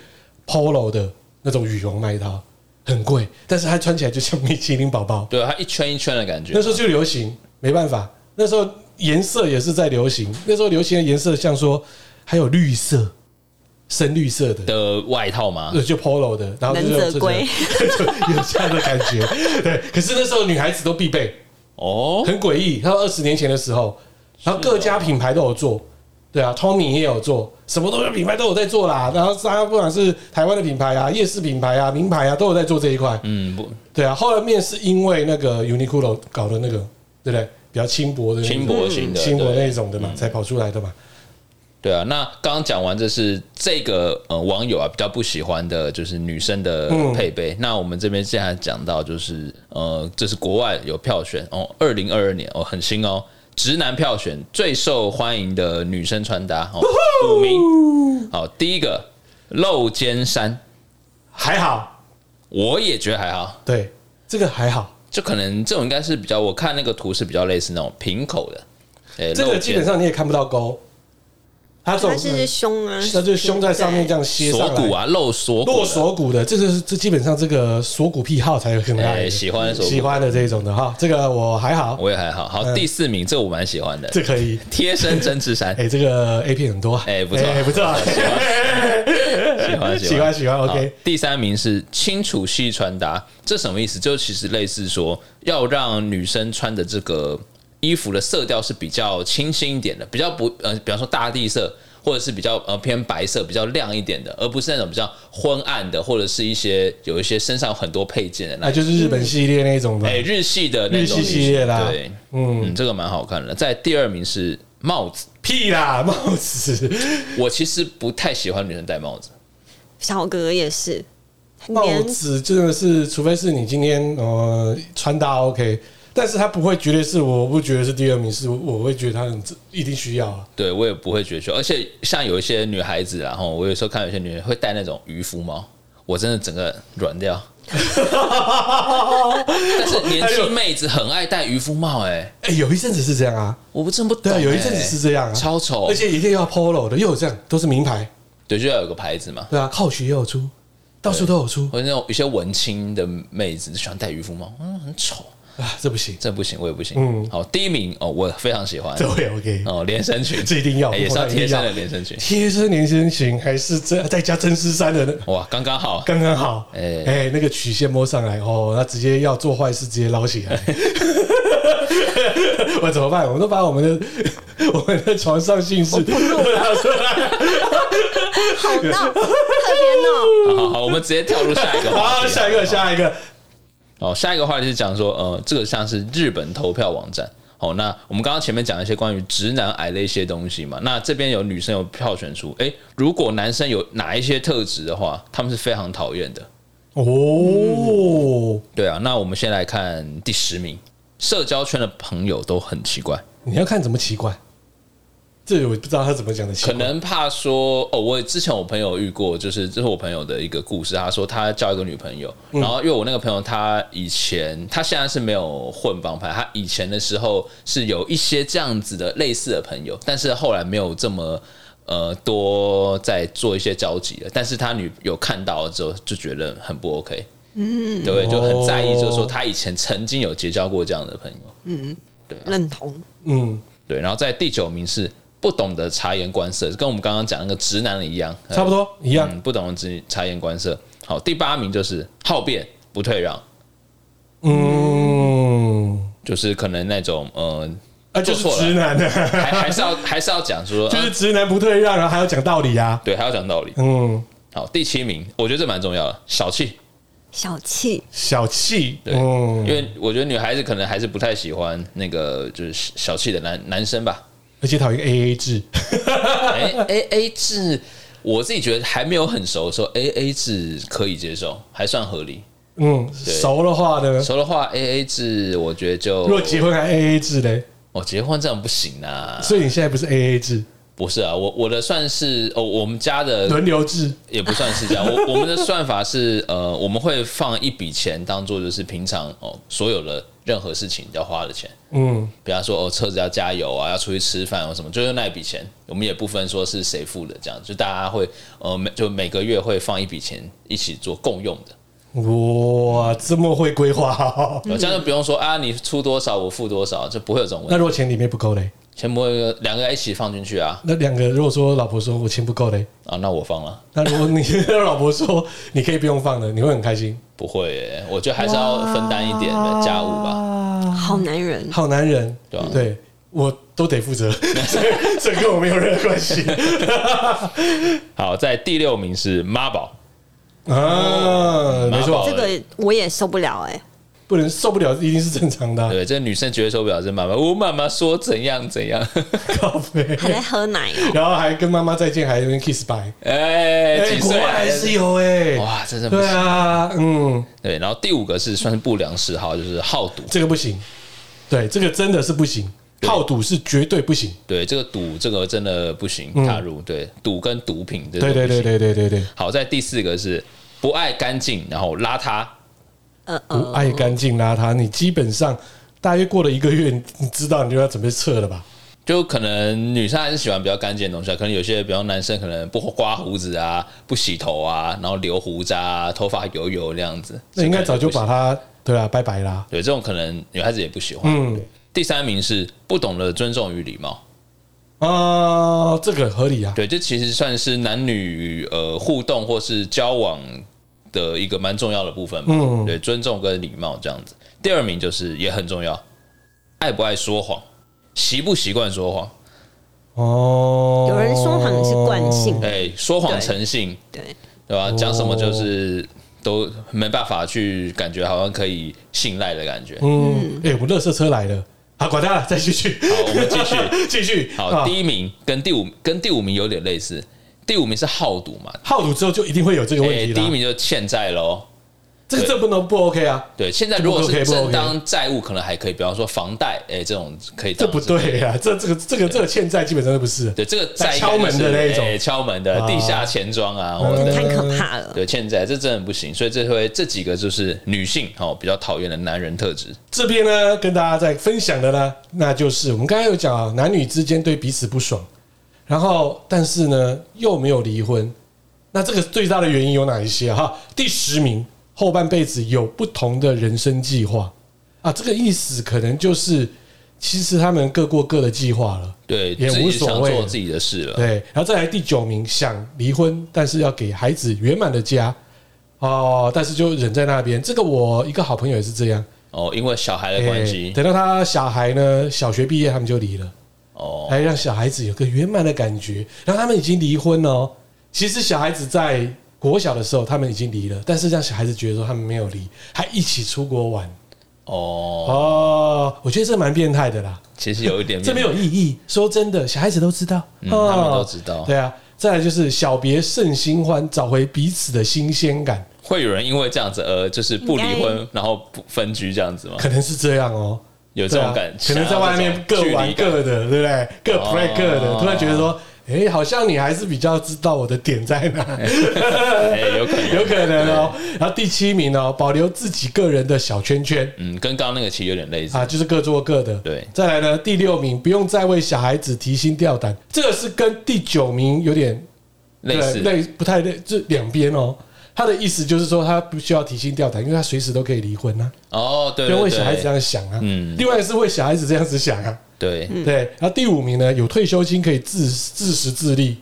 Speaker 4: Polo 的那种羽绒外套，很贵，但是它穿起来就像米其林宝宝，
Speaker 6: 对，它啊一圈一圈的感觉
Speaker 4: 那，时候就流行，没办法，那时候颜色也是在流行，那时候流行的颜色像说还有绿色，深绿色的。呃
Speaker 6: 的外套吗？
Speaker 4: 对，就 polo 的，然后就是
Speaker 5: 忍者
Speaker 4: 有
Speaker 5: 龟
Speaker 4: 这种 就有这样的感觉。对，可是那时候女孩子都必备，
Speaker 6: 哦，
Speaker 4: 很诡异。他说二十年前的时候，然后各家品牌都有做，对啊，Tommy 也有做，什么东西品牌都有在做啦。然后大不管是台湾的品牌啊、夜市品牌啊、名牌啊，都有在做这一块。
Speaker 6: 嗯，不，
Speaker 4: 对啊，后来面是因为那个 Uniqlo 搞的那个，对不对？比较轻薄的那种、
Speaker 6: 轻薄型的，
Speaker 4: 轻薄
Speaker 6: 对嗯
Speaker 4: 那种的嘛，才跑出来的嘛。
Speaker 6: 对啊，那刚刚讲完这是这个呃网友啊比较不喜欢的，就是女生的
Speaker 4: 嗯
Speaker 6: 配备。那我们这边现在讲到就是呃，这是国外有票选哦，二零二二年哦很新哦，直男票选最受欢迎的女生穿搭哦，五名。好，第一个露肩衫，
Speaker 4: 还好，
Speaker 6: 我也觉得还好，
Speaker 4: 对，这个还好，
Speaker 6: 就可能这种应该是比较，我看那个图是比较类似那种平口的，对，
Speaker 4: 这
Speaker 6: 露
Speaker 4: 个
Speaker 6: 肩
Speaker 4: 基本上你也看不到沟，它总
Speaker 5: 它是胸啊，
Speaker 4: 它嗯就是胸在上面这样歇
Speaker 6: 锁
Speaker 4: 上
Speaker 6: 骨
Speaker 4: 来。
Speaker 6: 啊，露锁骨
Speaker 4: 落
Speaker 6: 的，
Speaker 4: 锁骨的，这就是这基本上这个锁骨癖好才有可能爱
Speaker 6: 哎，
Speaker 4: 的
Speaker 6: 喜欢锁骨，
Speaker 4: 喜欢的这种的哈，这个我还好，
Speaker 6: 我也还好。好，
Speaker 4: 嗯
Speaker 6: 第四名，这我蛮喜欢的，
Speaker 4: 这可以。
Speaker 6: 贴身针织衫
Speaker 4: 哎、，这个 A 片很多啊，
Speaker 6: 哎不错
Speaker 4: 哎不错啊，
Speaker 6: 喜欢
Speaker 4: 喜欢喜欢
Speaker 6: 好
Speaker 4: OK
Speaker 6: 第三名是清楚系穿搭，这什么意思？就其实类似说要让女生穿的这个衣服的色调是比较清新一点的，比较不呃，比方说大地色，或者是比较呃偏白色、比较亮一点的，而不是那种比较昏暗的，或者是一些有一些身上有很多配件的那
Speaker 4: 那
Speaker 6: 种。
Speaker 4: 就是日本系列那一种的
Speaker 6: 哎、。日系的那
Speaker 4: 日
Speaker 6: 种
Speaker 4: 系系列啦
Speaker 6: 对，
Speaker 4: 嗯
Speaker 6: 嗯，，这个蛮好看的。在第二名是帽子，
Speaker 4: 屁啦， 帽子，
Speaker 6: 我其实不太喜欢女生戴帽子。
Speaker 5: 小哥也是，
Speaker 4: 帽
Speaker 5: 连
Speaker 4: 子真的是，除非是你今天呃穿搭 OK，但是他不会绝对是我不觉得是第二名，是我我会觉得他很一定需要啊。
Speaker 6: 对我也不会觉得说，而且像有一些女孩子啊，然后我有时候看有些女人会戴那种渔夫帽，我真的整个软掉。但是年轻妹子很爱戴渔夫帽、哎，
Speaker 4: 哎、有一阵子是这样啊，
Speaker 6: 我不真不懂、
Speaker 4: 对啊，有一
Speaker 6: 哎
Speaker 4: 阵子是这样啊，
Speaker 6: 超丑，
Speaker 4: 而且一定要 Polo 的，又有这样，都是名牌，
Speaker 6: 对，就要有个牌子嘛。
Speaker 4: 对啊，靠许也有出，到处都有出
Speaker 6: 或者那种有些文青的妹子喜欢戴渔夫帽，嗯，很丑，
Speaker 4: 啊，这不行，
Speaker 6: 这不行，我也不行。
Speaker 4: 嗯
Speaker 6: 好，第一名哦，我非常喜欢
Speaker 4: 这会 OK，
Speaker 6: 哦，连身裙，
Speaker 4: 这一定要
Speaker 6: 哎也是要贴身的
Speaker 4: 我一定要
Speaker 6: 连身裙。
Speaker 4: 贴身连身裙还是这再加真丝衫的呢？
Speaker 6: 哇，刚刚好，
Speaker 4: 刚刚好，哎、
Speaker 6: 哦哎
Speaker 4: 那个曲线摸上来哦，那直接要做坏事，直接捞起 来。我怎么办？我们都把我们的我们的 床上姓氏都拿出来。
Speaker 5: 好闹，特别闹。
Speaker 6: 好好好，我们直接跳入下一个话
Speaker 4: 好，
Speaker 6: 题。
Speaker 4: 下一个，下一个，
Speaker 6: 哦，下一个话题是讲说，呃，这个像是日本投票网站。哦，那我们刚刚前面讲一些关于直男癌的一些东西嘛，那这边有女生有票选出，诶，如果男生有哪一些特质的话，他们是非常讨厌的。
Speaker 4: 哦，
Speaker 6: 对啊，那我们先来看第十名，社交圈的朋友都很奇怪，
Speaker 4: 你要看怎么奇怪，这我不知道他怎么讲的奇怪。
Speaker 6: 可能怕说哦，我之前我朋友遇过，就是这是我朋友的一个故事。他说他交一个女朋友，然后因为我那个朋友他以前他现在是没有混帮派，他以前的时候是有一些这样子的类似的朋友，但是后来没有这么。呃，多在做一些交集了，但是他女友看到了之后就觉得很不 OK，嗯，对，就很在意，就是说他以前曾经有结交过这样的朋友，
Speaker 4: 啊
Speaker 5: 认同，
Speaker 4: 嗯，
Speaker 6: 对，然后在第九名是不懂得察言观色，跟我们刚刚讲那个直男的一样，
Speaker 4: 差不多一样。
Speaker 6: 嗯，不懂得直察言观色。好，第八名就是好辩不退让，
Speaker 4: 嗯，
Speaker 6: 就是可能那种呃，
Speaker 4: 啊，就是
Speaker 6: 做错了
Speaker 4: 直男的，
Speaker 6: 还还是要还是要讲说，
Speaker 4: 就
Speaker 6: 呃
Speaker 4: 是直男不退让，然后还要讲道理啊。
Speaker 6: 对，还要讲道理。
Speaker 4: 嗯，
Speaker 6: 好，第七名，我觉得这蛮重要的，小气。
Speaker 5: 小气，
Speaker 4: 小气。
Speaker 6: 对，
Speaker 4: 嗯
Speaker 6: 因，为我觉得女孩子可能还是不太喜欢那个就是小气的男男生 吧。
Speaker 4: 而且讨厌 A A 制。
Speaker 6: 哎 A A 制，我自己觉得还没有很熟的时候，A A 制可以接受，还算合理。
Speaker 4: 嗯，熟的话呢，
Speaker 6: 熟的话，A A 制，我觉得就
Speaker 4: 如果结，婚还 A A 制嘞，
Speaker 6: 哦，结婚这样不行啊。
Speaker 4: 所以你现在不是 A A 制，
Speaker 6: 不是啊，我我的算是哦，我们家的
Speaker 4: 轮流制。
Speaker 6: 也不算是这样，我我们的算法是 呃，我们会放一笔钱当做就是平常哦所有的任何事情要花的钱，
Speaker 4: 嗯，
Speaker 6: 比方说哦车子要加油啊，要出去吃饭啊什么，就用那一笔钱，我们也不分说是谁付的，这样就大家会呃每就每个月会放一笔钱一起做共用的。
Speaker 4: 哇，这么会规划 哦、
Speaker 6: 这样就不用说啊，你出多少我付多少，就不会有这种
Speaker 4: 那
Speaker 6: 问题。
Speaker 4: 如果钱里面不够嘞，
Speaker 6: 全部会两个一起放进去啊
Speaker 4: 那两个如果说老婆说我钱不够嘞，
Speaker 6: 啊，那我放了。
Speaker 4: 那如果你 老婆说你可以不用放了，你会很开心。
Speaker 6: 不会耶、我觉得还是要分担一点的家务吧。
Speaker 5: 好男人，
Speaker 4: 啊好男人，
Speaker 6: 对啊
Speaker 4: 对我都得负责， 所以这跟我没有任何关系
Speaker 6: 好，在第六名是妈宝，
Speaker 4: 啊，没
Speaker 6: 妈
Speaker 4: 错，
Speaker 6: 宝
Speaker 5: 这个我也受不了哎、
Speaker 4: 不能受不了，一定是正常的啊、
Speaker 6: 对，这女生绝对受不了这妈妈，我妈妈说怎样怎样，
Speaker 4: 靠背，
Speaker 5: 还在喝奶哦、
Speaker 4: 然后还跟妈妈再见，还有人 kiss bye。
Speaker 6: 哎、
Speaker 4: 哎、
Speaker 6: 几
Speaker 4: 国
Speaker 6: 岁
Speaker 4: 外还是有哎、
Speaker 6: 哇，真的不
Speaker 4: 对
Speaker 6: 行。
Speaker 4: 啊，嗯，
Speaker 6: 对，然后第五个是算是不良嗜好，就是好赌。
Speaker 4: 这个不行，对，这个真的是不行，好赌是绝对不行，
Speaker 6: 对，这个赌这个真的不行，
Speaker 4: 嗯
Speaker 6: 踏入对赌跟毒品这
Speaker 4: 对对对
Speaker 6: 对。
Speaker 4: 对对对对，
Speaker 6: 好，在第四个是不爱干净，然后邋遢。
Speaker 5: 呃
Speaker 4: 不
Speaker 5: 呃，
Speaker 4: 爱干净邋遢，你基本上大约过了一个月，你你知道你就要准备撤了吧？
Speaker 6: 就可能女生还是喜欢比较干净的东西啊，可能有些，比方男生可能不刮胡子啊，不洗头啊，然后留胡渣、啊，头发油油那样子。
Speaker 4: 那应该早就把
Speaker 6: 把
Speaker 4: 它对啊，拜拜啦，
Speaker 6: 对这种可能女孩子也不喜欢。
Speaker 4: 嗯
Speaker 6: 第三名是不懂得尊重与礼貌，
Speaker 4: 啊，这个合理啊，
Speaker 6: 对，这其实算是男女呃互动或是交往的一个蛮重要的部分嘛。
Speaker 4: 嗯
Speaker 6: 对，尊重跟礼貌这样子。第二名就是也很重要，爱不爱说谎。习不习惯说谎？
Speaker 4: 哦，
Speaker 5: 有人说谎是惯性，
Speaker 6: 哎，说谎成性，
Speaker 5: 对，
Speaker 6: 对
Speaker 4: 哦
Speaker 6: 吧？讲什么就是都没办法去感觉好像可以信赖的感觉。
Speaker 4: 嗯，哎、我乐色车来了，啊，管他了，再继续，
Speaker 6: 好，我们继续。
Speaker 4: 继 续。
Speaker 6: 好，
Speaker 4: 啊
Speaker 6: 第一名跟第五跟第五名有点类似，第五名是好赌嘛，
Speaker 4: 好赌之后就一定会有这个问
Speaker 6: 哎，
Speaker 4: 题啦。
Speaker 6: 第一名就是欠债喽。
Speaker 4: 这个这不能不 OK 啊，
Speaker 6: 对，现在如果是
Speaker 4: 这不 OK，不
Speaker 6: 正
Speaker 4: OK
Speaker 6: 当债务，可能还可以，比方说房贷，哎，这种可以
Speaker 4: 这
Speaker 6: 当
Speaker 4: 不
Speaker 6: 成是。
Speaker 4: 对啊，这这个这个这个欠债基本上都不是。啊
Speaker 6: 对，这个债
Speaker 4: 敲门的那一种
Speaker 6: 哎敲门的
Speaker 4: 啊嗯
Speaker 6: 地下钱庄啊，或者
Speaker 5: 太可怕了。
Speaker 6: 对欠债，这真的不行。所以这回这几个就是女性哦比较讨厌的男人特质。
Speaker 4: 这边呢，跟大家在分享的呢，那就是我们刚才有讲啊，男女之间对彼此不爽，然后但是呢又没有离婚，那这个最大的原因有哪一些啊哈、第十名，后半辈子有不同的人生计划啊，这个意思可能就是其实他们各过各的计划了。
Speaker 6: 对，
Speaker 4: 也
Speaker 6: 自
Speaker 4: 无
Speaker 6: 己
Speaker 4: 所
Speaker 6: 想
Speaker 4: 谓
Speaker 6: 做自己的事了。
Speaker 4: 对，然后再来第九名，想离婚，但是要给孩子圆满的家哦，但是就忍在那边。这个我一个好朋友也是这样，
Speaker 6: 哦，因为小孩的关
Speaker 4: 哎
Speaker 6: 系，
Speaker 4: 等到他小孩呢小学毕业，他们就离了，
Speaker 6: 哦，
Speaker 4: 来让小孩子有个圆满的感觉。然后他们已经离婚了哦，其实小孩子在国小的时候他们已经离了，但是让小孩子觉得说他们没有离，还一起出国玩
Speaker 6: 哦，
Speaker 4: 哦，我觉得这蛮变态的啦。
Speaker 6: 其实有一 点
Speaker 4: 这没有意义。说真的，小孩子都知道，哦
Speaker 6: 嗯他们都知道
Speaker 4: 对啊，再来就是小别胜新欢，找回彼此的新鲜感，
Speaker 6: 会有人因为这样子而就是不离婚，然后不分居这样子吗？
Speaker 4: 可能是这样哦。
Speaker 6: 有这
Speaker 4: 对
Speaker 6: 种
Speaker 4: 啊
Speaker 6: 感，，
Speaker 4: 可能在外面各
Speaker 6: 想要
Speaker 4: 玩
Speaker 6: 这种距离
Speaker 4: 各
Speaker 6: 感
Speaker 4: 的，对不对？各
Speaker 6: 哦
Speaker 4: play 各的，突然觉得说，哎，好像你还是比较知道我的点在哪，
Speaker 6: 哎有可能
Speaker 4: 有可能哦。然后第七名哦，保留自己个人的小圈圈。
Speaker 6: 嗯，跟刚刚那个其实有点类似
Speaker 4: 啊，就是各做各的。
Speaker 6: 对
Speaker 4: 再来呢，第六名不用再为小孩子提心吊胆，这个是跟第九名有点
Speaker 6: 类似
Speaker 4: 对类不太类，这两边哦。他的意思就是说，他不需要提心吊胆，因为他随时都可以离婚啊，
Speaker 6: 哦，对
Speaker 4: 不用
Speaker 6: 对
Speaker 4: 为小孩子这
Speaker 6: 对，
Speaker 4: 样想啊。
Speaker 6: 嗯
Speaker 4: 另外是为小孩子这样子想啊。
Speaker 6: 对，
Speaker 4: 对，然后第五名呢，有退休金可以自自食自立，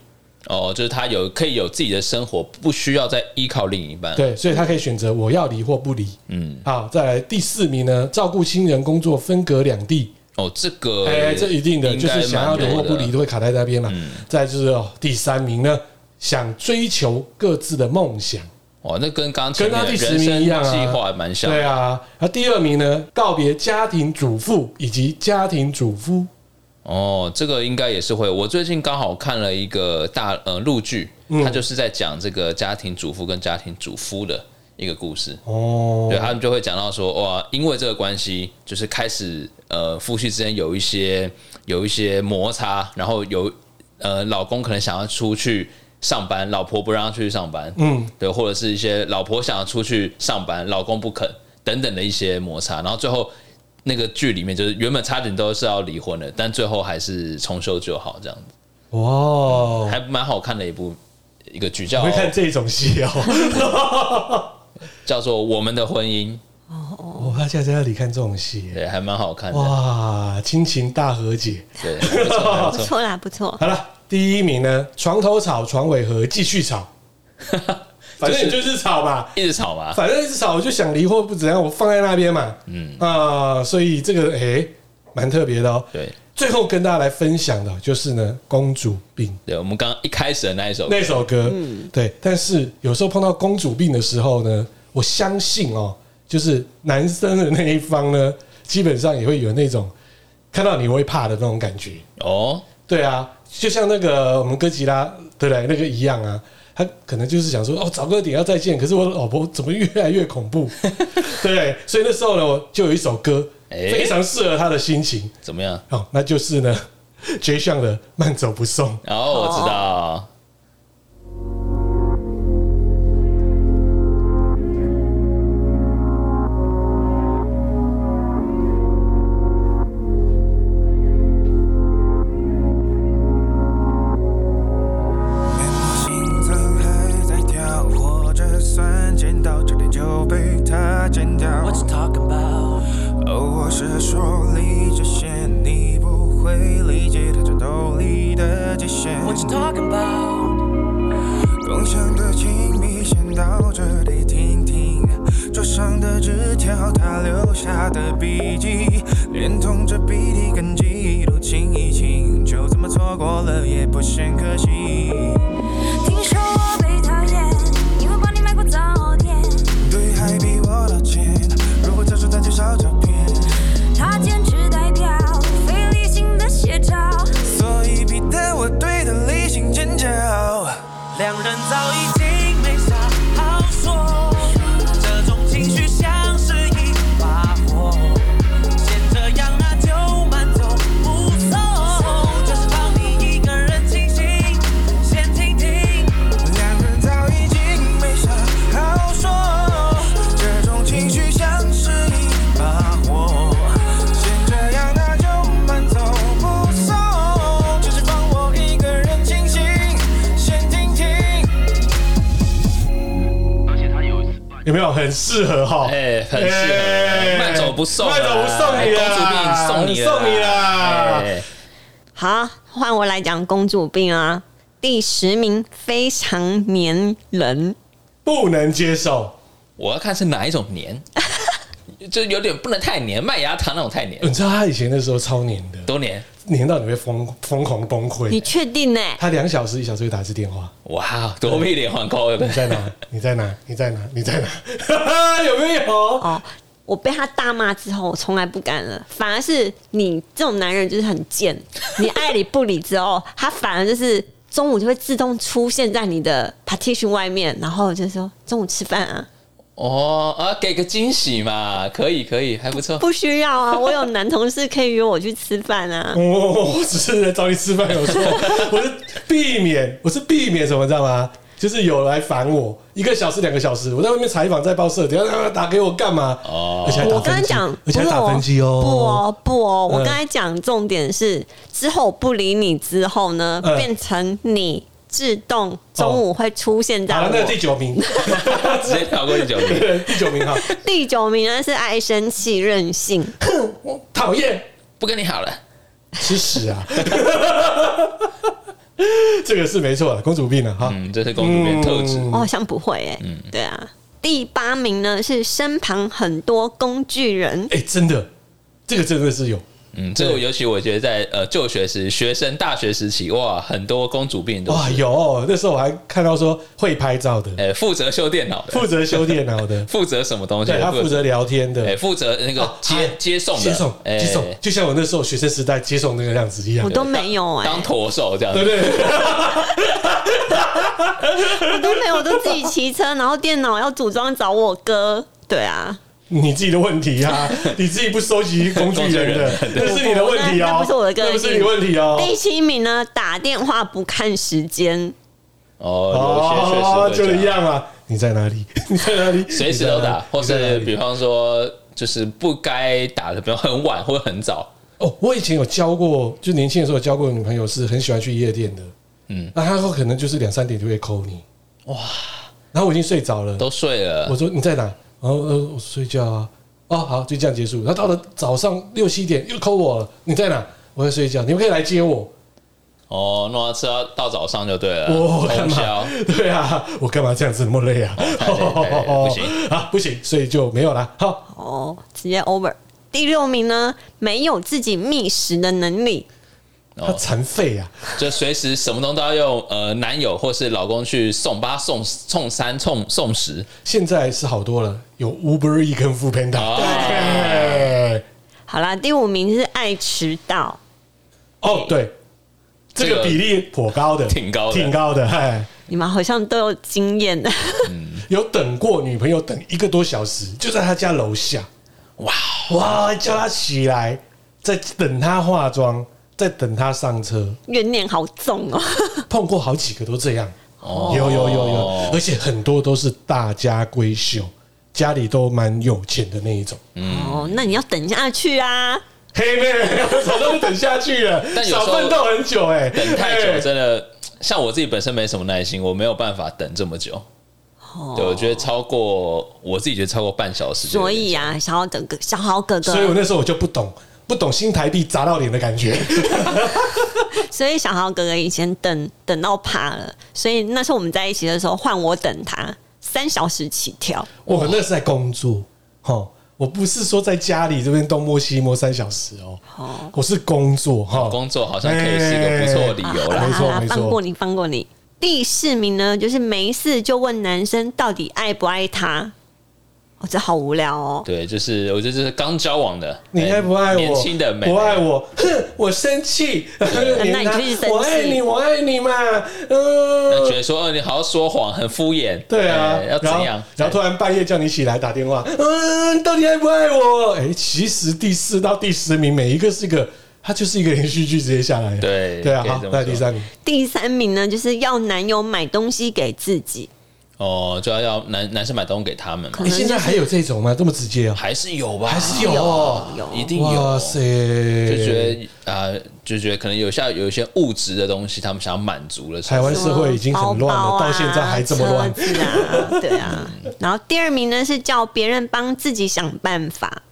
Speaker 6: 哦，就是他有可以有自己的生活，不需要再依靠另一半。，
Speaker 4: 对，所以他可以选择我要离或不离。
Speaker 6: 嗯，
Speaker 4: 好，再来第四名呢，照顾亲人工作分隔两地，
Speaker 6: 哦，这个
Speaker 4: 哎，这一定的，
Speaker 6: 应
Speaker 4: 就
Speaker 6: 该
Speaker 4: 是想要离
Speaker 6: 蛮
Speaker 4: 或
Speaker 6: 有
Speaker 4: 不
Speaker 6: 的嗯
Speaker 4: 离都会卡在那边了。再就是哦，第三名呢，想追求各自的梦想，
Speaker 6: 哦，那跟刚刚前
Speaker 4: 跟他
Speaker 6: 面的
Speaker 4: 第十
Speaker 6: 人
Speaker 4: 名
Speaker 6: 生
Speaker 4: 一样啊，
Speaker 6: 计划还蛮像的。
Speaker 4: 对啊，那第二名呢，告别家庭主妇以及家庭主夫，
Speaker 6: 哦，这个应该也是会。我最近刚好看了一个大呃陆剧，
Speaker 4: 嗯
Speaker 6: 它就是在讲这个家庭主妇跟家庭主夫的一个故事。
Speaker 4: 哦
Speaker 6: 对，他们就会讲到说，哇，因为这个关系，就是开始呃夫妻之间有一些有一些摩擦，然后有呃老公可能想要出去上班，老婆不让他出去上班，
Speaker 4: 嗯，
Speaker 6: 对，或者是一些老婆想要出去上班，老公不肯等等的一些摩擦，然后最后。那个剧里面就是原本差点都是要离婚的，但最后还是重修旧好，这样子
Speaker 4: 哇，
Speaker 6: 还蛮好看的一部一个剧，
Speaker 4: 哦你
Speaker 6: 叫
Speaker 4: 会看这种戏哦。
Speaker 6: 叫做《我们的婚姻》，
Speaker 4: 我怕现在要你看这种戏，
Speaker 6: 对，还蛮好看的，
Speaker 4: 哇，亲情大和解。
Speaker 6: 对，还不错，还不
Speaker 5: 不
Speaker 6: 错。
Speaker 5: 错啦，不错。
Speaker 4: 好了，第一名呢，床头吵，床尾和，继续吵， 反正你就是吵嘛。
Speaker 6: 一直吵嘛，
Speaker 4: 反正一直吵，我就想离或不怎样，我放在那边嘛。嗯啊、所以这个诶蛮、特别的哦。
Speaker 6: 对
Speaker 4: 最后跟大家来分享的就是呢，公主病
Speaker 6: 对，我们刚刚一开始的那一首歌
Speaker 4: 那首歌。对。但是有时候碰到公主病的时候呢，我相信哦，就是男生的那一方呢，基本上也会有那种看到你会怕的那种感觉。
Speaker 6: 哦，
Speaker 4: 对啊，就像那个我们哥吉拉，对不对？那个一样啊。他可能就是想说，哦，早个点要再见，可是我老婆怎么越来越恐怖？对，所以那时候呢，我就有一首歌，
Speaker 6: 哎
Speaker 4: 非常适合他的心情
Speaker 6: 怎么样？
Speaker 4: 哦，那就是呢 ，J 项的《慢走不送》。
Speaker 6: 然后哦我知道，
Speaker 8: 心脏还在跳，活着酸碱到这点就被它剪掉。What's talking about？哦，我是说理智线，你不会理解它战斗力的极限。What you talking about？共享的亲密先到这里，听听。桌上的纸条，他留下的笔记，连同这鼻涕跟记忆都清一清，就这么错过了也不嫌可惜。
Speaker 7: 听说我被讨厌，因为帮你买过早点。
Speaker 8: 对，还逼我道歉，如果这是他介绍照片，
Speaker 7: 他坚持代表非理性的写照，
Speaker 8: 所以逼得我对他理性尖叫。两人早已经没啥好说，这种情绪像是一把火，先这样那就慢走不送，就是放你一个人清醒，先听听。两人早已经没啥好说，这种情绪像是一把火，先这样那就慢走不送，就是放我一个人清醒，先听听。
Speaker 4: 有没有很适合哈？
Speaker 6: 哎很适合
Speaker 4: 哎
Speaker 6: 慢走不送啊
Speaker 4: 慢走不送你啦，
Speaker 6: 哎公主病送你了
Speaker 4: 送你啦。
Speaker 6: 哎
Speaker 5: 好，换我来讲公主病啊。第十名非常粘人，
Speaker 4: 不能接受，
Speaker 6: 我要看是哪一种黏， 就有点不能太黏，麦芽糖那种太黏，
Speaker 4: 你知道他以前那时候超黏的，
Speaker 6: 多黏，
Speaker 4: 黏到你会疯疯狂崩
Speaker 5: 你
Speaker 4: 溃。
Speaker 5: 确定欸呢、
Speaker 4: 他两小时一小时会打一次电话，
Speaker 6: 哇，哦多蜜连环扣，对不
Speaker 4: 你在
Speaker 6: 对？
Speaker 4: 哪？你在哪？你在哪？你在哪？ 有没有？
Speaker 5: 哦，我被他大骂之后，我从来不敢了。反而是你这种男人就是很贱，你爱理不理之后，他反而就是中午就会自动出现在你的 partition 外面，然后就说中午吃饭啊，
Speaker 6: 哦啊，给个惊喜嘛，可以可以，还不错。
Speaker 5: 不需要啊，我有男同事可以约我去吃饭啊。
Speaker 4: 嗯哦我我只是来找你吃饭，有错？我是避免，我是避免什么，知道吗？就是有来烦我，一个小时、两个小时，我在外面采访，在报社，等一下打给我干嘛？
Speaker 6: 哦
Speaker 4: 而且还打
Speaker 5: 我刚才
Speaker 4: 分机
Speaker 5: 讲，
Speaker 4: 而且还
Speaker 5: 不是
Speaker 4: 打
Speaker 5: 我
Speaker 4: 分机哦，
Speaker 5: 不哦，不哦，我
Speaker 4: 嗯
Speaker 5: 刚才讲重点是之后我不理你之后呢，
Speaker 4: 嗯哦
Speaker 5: 变成你自动中午会出现在
Speaker 4: 好了，那个第
Speaker 5: 我
Speaker 4: 九 名，
Speaker 6: 直接跳过去九名。
Speaker 4: 对，第九名哈，
Speaker 5: 第九名呢是爱生气任性，
Speaker 4: 我讨厌
Speaker 6: 不跟你好了。
Speaker 4: 吃屎啊！ 这个是没错的，公主病了啊哈。
Speaker 6: 嗯，这是公主病特
Speaker 4: 嗯
Speaker 6: 质。
Speaker 5: 我哦好像不会哎，对啊。第八名呢是身旁很多工具人，
Speaker 4: 哎，真的，这个真的是有，
Speaker 6: 嗯，这个尤其我觉得在呃就学时、学生、大学时期，哇，很多公主病都
Speaker 4: 哇，
Speaker 6: 是。
Speaker 4: 有哦。那时候我还看到说会拍照的，
Speaker 6: 哎，负责修电脑的，
Speaker 4: 负责修电脑 的，
Speaker 6: 负责什么东西？
Speaker 4: 对他负责聊天的
Speaker 6: 哎，，负责那个
Speaker 4: 啊
Speaker 6: 接
Speaker 4: 还
Speaker 6: 接送的，
Speaker 4: 接送
Speaker 6: 哎
Speaker 4: 接送，就像我那时候学生时代接送那个样子一样
Speaker 5: 我，都没有哎，
Speaker 6: 当驼手这样
Speaker 4: 对
Speaker 6: 子
Speaker 4: 不。对？
Speaker 5: 我都没有，我都自己骑车，然后电脑要组装找我哥，对啊，
Speaker 4: 你自己的问题 啊，你自己不收集工具人的，
Speaker 6: 工具人
Speaker 4: 那是你的问题哦，
Speaker 5: 那那不是我的个
Speaker 4: 那
Speaker 5: 性哎
Speaker 4: 不是你的问题哦。
Speaker 5: 第七名呢，打电话不看时间，
Speaker 6: 哦，有些确实
Speaker 4: 就
Speaker 6: 会
Speaker 4: 一
Speaker 6: 这样，
Speaker 4: 样啊。你在哪里？ 你在哪里？
Speaker 6: 随时都打，或
Speaker 4: 你在哪
Speaker 6: 是
Speaker 4: 里
Speaker 6: 比方说就是不该打的，比方很晚或很早，
Speaker 4: 哦，我以前有交过，就年轻的时候有交过女朋友，是很喜欢去夜店的。嗯
Speaker 6: 嗯，
Speaker 4: 那她可能就是两三点就会扣你，哇！然后我已经睡着了，
Speaker 6: 都睡了
Speaker 4: 我，说你在哪？然后呃，我睡觉啊。哦，好，就这样结束。然后到了早上六七点又扣我了，你在哪？我在睡觉，你们可以来接我。
Speaker 6: 哦，弄到吃到到早上就对了，
Speaker 4: 我干
Speaker 6: 通宵 哎
Speaker 4: 嘛？对啊，我干嘛这样子那么累啊？
Speaker 6: 太累太累不行
Speaker 4: 啊，不行，所以就没有啦。好，
Speaker 5: 哦，直接 over。第六名呢，没有自己觅食的能力，
Speaker 6: 哦
Speaker 4: 他残废啊，
Speaker 6: 就随时什么东西都要用呃男友或是老公去送八送送三送送十
Speaker 4: 现在是好多了，有 Uber E 跟 f o o Panda。
Speaker 6: 啊，
Speaker 4: 哎
Speaker 5: 好啦，第五名是爱迟到，
Speaker 4: 哦，对，这
Speaker 6: 这
Speaker 4: 个
Speaker 6: 个
Speaker 4: 比例颇高的，
Speaker 6: 挺高的
Speaker 4: 挺高的。哎，
Speaker 5: 你们好像都有经验 的。
Speaker 4: 有等过女朋友等一个多小时，就在她家楼下。
Speaker 6: 哇，
Speaker 4: 哇，叫她起来，在等她化妆，在等她上车，
Speaker 5: 怨念好重哦、
Speaker 4: 碰过好几个都这样。
Speaker 6: 哦
Speaker 4: 有有有有，而且很多都是大家闺秀，家里都蛮有钱的那一种。
Speaker 5: 哦，那你要等下去啊！
Speaker 4: 黑妹， 早上就等下去了，
Speaker 6: 但有时
Speaker 4: 少
Speaker 6: 候
Speaker 4: 奋斗很久哎，
Speaker 6: 等太
Speaker 4: 哎
Speaker 6: 久真的，像我自己本身没什么耐心，我没有办法等这么久。对，我觉得超过我自己觉得超过半小时就有
Speaker 5: 所
Speaker 6: 点，
Speaker 5: 以啊，小豪哥哥，小豪哥啊哥，
Speaker 4: 所以我那时候我就不懂，不懂新台币砸到脸的感觉。
Speaker 5: 所以小豪哥哥以前等等到怕了，所以那时候我们在一起的时候换我等他，三小时起跳。
Speaker 4: 我那是在工作，哈，我不是说在家里这边东摸西摸三小时哦，我是工作哈，
Speaker 6: 哦工作好像可以是一个不错的理由
Speaker 4: 哎
Speaker 6: 啦。
Speaker 4: 没错
Speaker 5: 好啦
Speaker 4: 没错
Speaker 5: 放过你，放过你。第四名呢，就是没事就问男生到底爱不爱他。哦，这好无聊哦。
Speaker 6: 对，就是我觉得这是刚交往的，哎
Speaker 4: 你爱不爱我？
Speaker 6: 年轻的美，
Speaker 4: 不爱。我，哼，我生 气。
Speaker 5: 那
Speaker 4: 那
Speaker 5: 你就是生气
Speaker 4: 我爱你，我爱你嘛，嗯
Speaker 6: 那觉。得说，哦，你好好说谎，很敷衍。
Speaker 4: 对啊
Speaker 6: 哎，要怎
Speaker 4: 然后
Speaker 6: 样？
Speaker 4: 然后突然半夜叫你起来打电话，嗯，到底爱不爱我？哎，其实第四到第十名每一个是一个，它就是一个连续剧直接下来。
Speaker 6: 对
Speaker 4: 对啊，
Speaker 6: 可以
Speaker 4: 好
Speaker 6: 这么，
Speaker 4: 那
Speaker 6: 说
Speaker 4: 第三名，
Speaker 5: 第三名呢，就是要男友买东西给自己。
Speaker 6: 哦，就要要男男生买东西给他们嘛
Speaker 5: 可，
Speaker 4: 你
Speaker 5: 能就是
Speaker 4: 哎现在还有这种吗？这么直接啊？
Speaker 6: 还是有吧，
Speaker 4: 还是有哦
Speaker 5: 有
Speaker 6: 一定
Speaker 4: 哇
Speaker 6: 有。
Speaker 4: 塞，
Speaker 6: 就
Speaker 4: 就
Speaker 6: 觉得啊、就觉得可能有下有一些物质的东西，他们想要满足了，
Speaker 4: 台湾社会已经很乱
Speaker 5: 包包
Speaker 4: 了，
Speaker 5: 啊
Speaker 4: 到现在还这么乱。
Speaker 5: 车子啊，对 啊。然后第二名呢是叫别人帮自己想办法。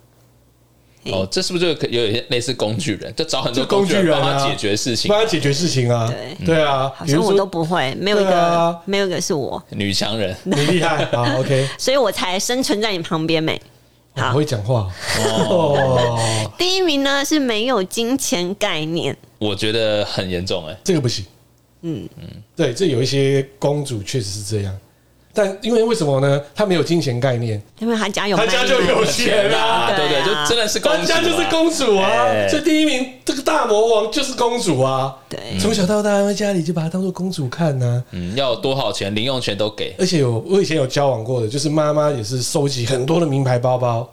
Speaker 6: 哦，这是不是就有点类似工具人？就找很多
Speaker 4: 就工具人
Speaker 6: 帮
Speaker 4: 啊
Speaker 6: 他解决事情
Speaker 4: 帮，他解决事情啊，
Speaker 5: 对
Speaker 4: 对啊，
Speaker 5: 好
Speaker 4: 比如
Speaker 5: 像
Speaker 4: 说
Speaker 5: 我都不会，没有一
Speaker 4: 对
Speaker 5: 个、
Speaker 4: 啊
Speaker 5: 没有一个是我，
Speaker 6: 女强人。
Speaker 4: 你厉害啊，OK，
Speaker 5: 所以我才生存在你旁边没。
Speaker 4: 我
Speaker 5: 好
Speaker 4: 会讲话哦，
Speaker 5: 第一名呢是没有金钱概念，
Speaker 6: 我觉得很严重哎、
Speaker 4: 这个不行，
Speaker 5: 嗯
Speaker 4: 对，这有一些公主确实是这样，但因为为什么呢？她没有金钱概念，
Speaker 5: 因为他家有
Speaker 4: 她
Speaker 5: 卖
Speaker 4: 家
Speaker 5: 一
Speaker 4: 就
Speaker 5: 门
Speaker 4: 有钱啊，
Speaker 5: 对
Speaker 6: 对对，
Speaker 5: 啊
Speaker 6: 就真的是公主、
Speaker 4: 她
Speaker 6: 啊，
Speaker 4: 家就是公主啊，
Speaker 6: 哎
Speaker 4: 所以第一名这个大魔王就是公主啊，
Speaker 5: 对
Speaker 4: 从小到大在家里就把她当做公主看啊呐、
Speaker 6: 嗯，要多少钱，零用钱都给，
Speaker 4: 而且有我以前有交往过的，就是妈妈也是收集很多的名牌包包，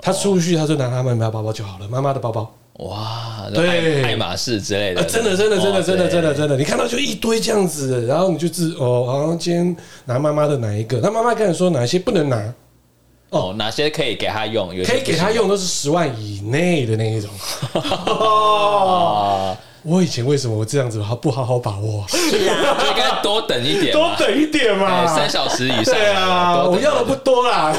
Speaker 4: 她出去她就拿她名牌包包就好了，妈妈的包包。
Speaker 6: 哇，
Speaker 4: 对
Speaker 6: 爱爱马仕之类的，
Speaker 4: 啊，真的，真的，真的，
Speaker 6: 哦
Speaker 4: 真的，真的，
Speaker 6: 对
Speaker 4: 真的，你看到就一堆这样子的，然后你就自哦，好像今天拿妈妈的哪一个，那妈妈跟你说哪些不能拿，
Speaker 6: 哦，哪些可以给他用，有些
Speaker 4: 可以给她用都是十万以内的那一种。哦
Speaker 6: 啊，
Speaker 4: 我以前为什么我这样子还不好好把握？
Speaker 6: 哎就应该多等一 点
Speaker 4: 多
Speaker 6: 嘛，
Speaker 4: 等一点嘛
Speaker 6: 哎，三小时以上，
Speaker 4: 对啊，
Speaker 6: 多等
Speaker 4: 我要的不多啦，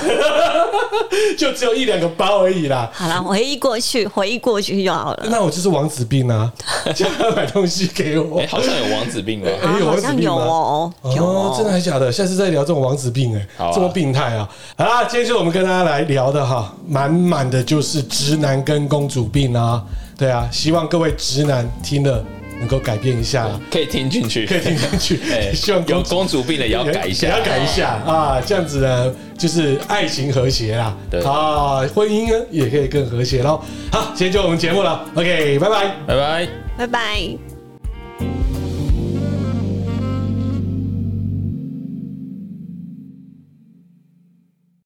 Speaker 4: 就只有一两个包而已啦。
Speaker 5: 好了，回忆过去，回忆过去就好了。
Speaker 4: 那我就是王子病 啊，叫他买东西给我
Speaker 6: 哎、。好像有王子 病吧？
Speaker 4: 哎
Speaker 5: 啊
Speaker 4: 有
Speaker 5: 好
Speaker 4: 王子
Speaker 5: 像
Speaker 4: 病
Speaker 5: 有
Speaker 4: 吗
Speaker 5: 哦，有
Speaker 4: 哦
Speaker 5: 哦，，
Speaker 4: 真的还假的？下次再聊这种王子病哎、
Speaker 6: 啊好啊
Speaker 4: 这么病态啊！好啦，今天就是我们跟大家来聊的哈，满满的就是直男跟公主病啊。对啊，希望各位直男听了能够改变一下啦，
Speaker 6: 可以听进去，
Speaker 4: 可以听进去。
Speaker 6: 哎，
Speaker 4: 希望
Speaker 6: 有
Speaker 4: 公主
Speaker 6: 公主病的也要改一
Speaker 4: 也
Speaker 6: 下
Speaker 4: 要，改一下啊！这样子呢，就是爱情和谐啦，
Speaker 6: 对
Speaker 4: 啊，婚姻呢也可以更和谐喽。好，今天就我们节目了，OK，拜拜。
Speaker 6: 拜拜。
Speaker 5: 拜拜。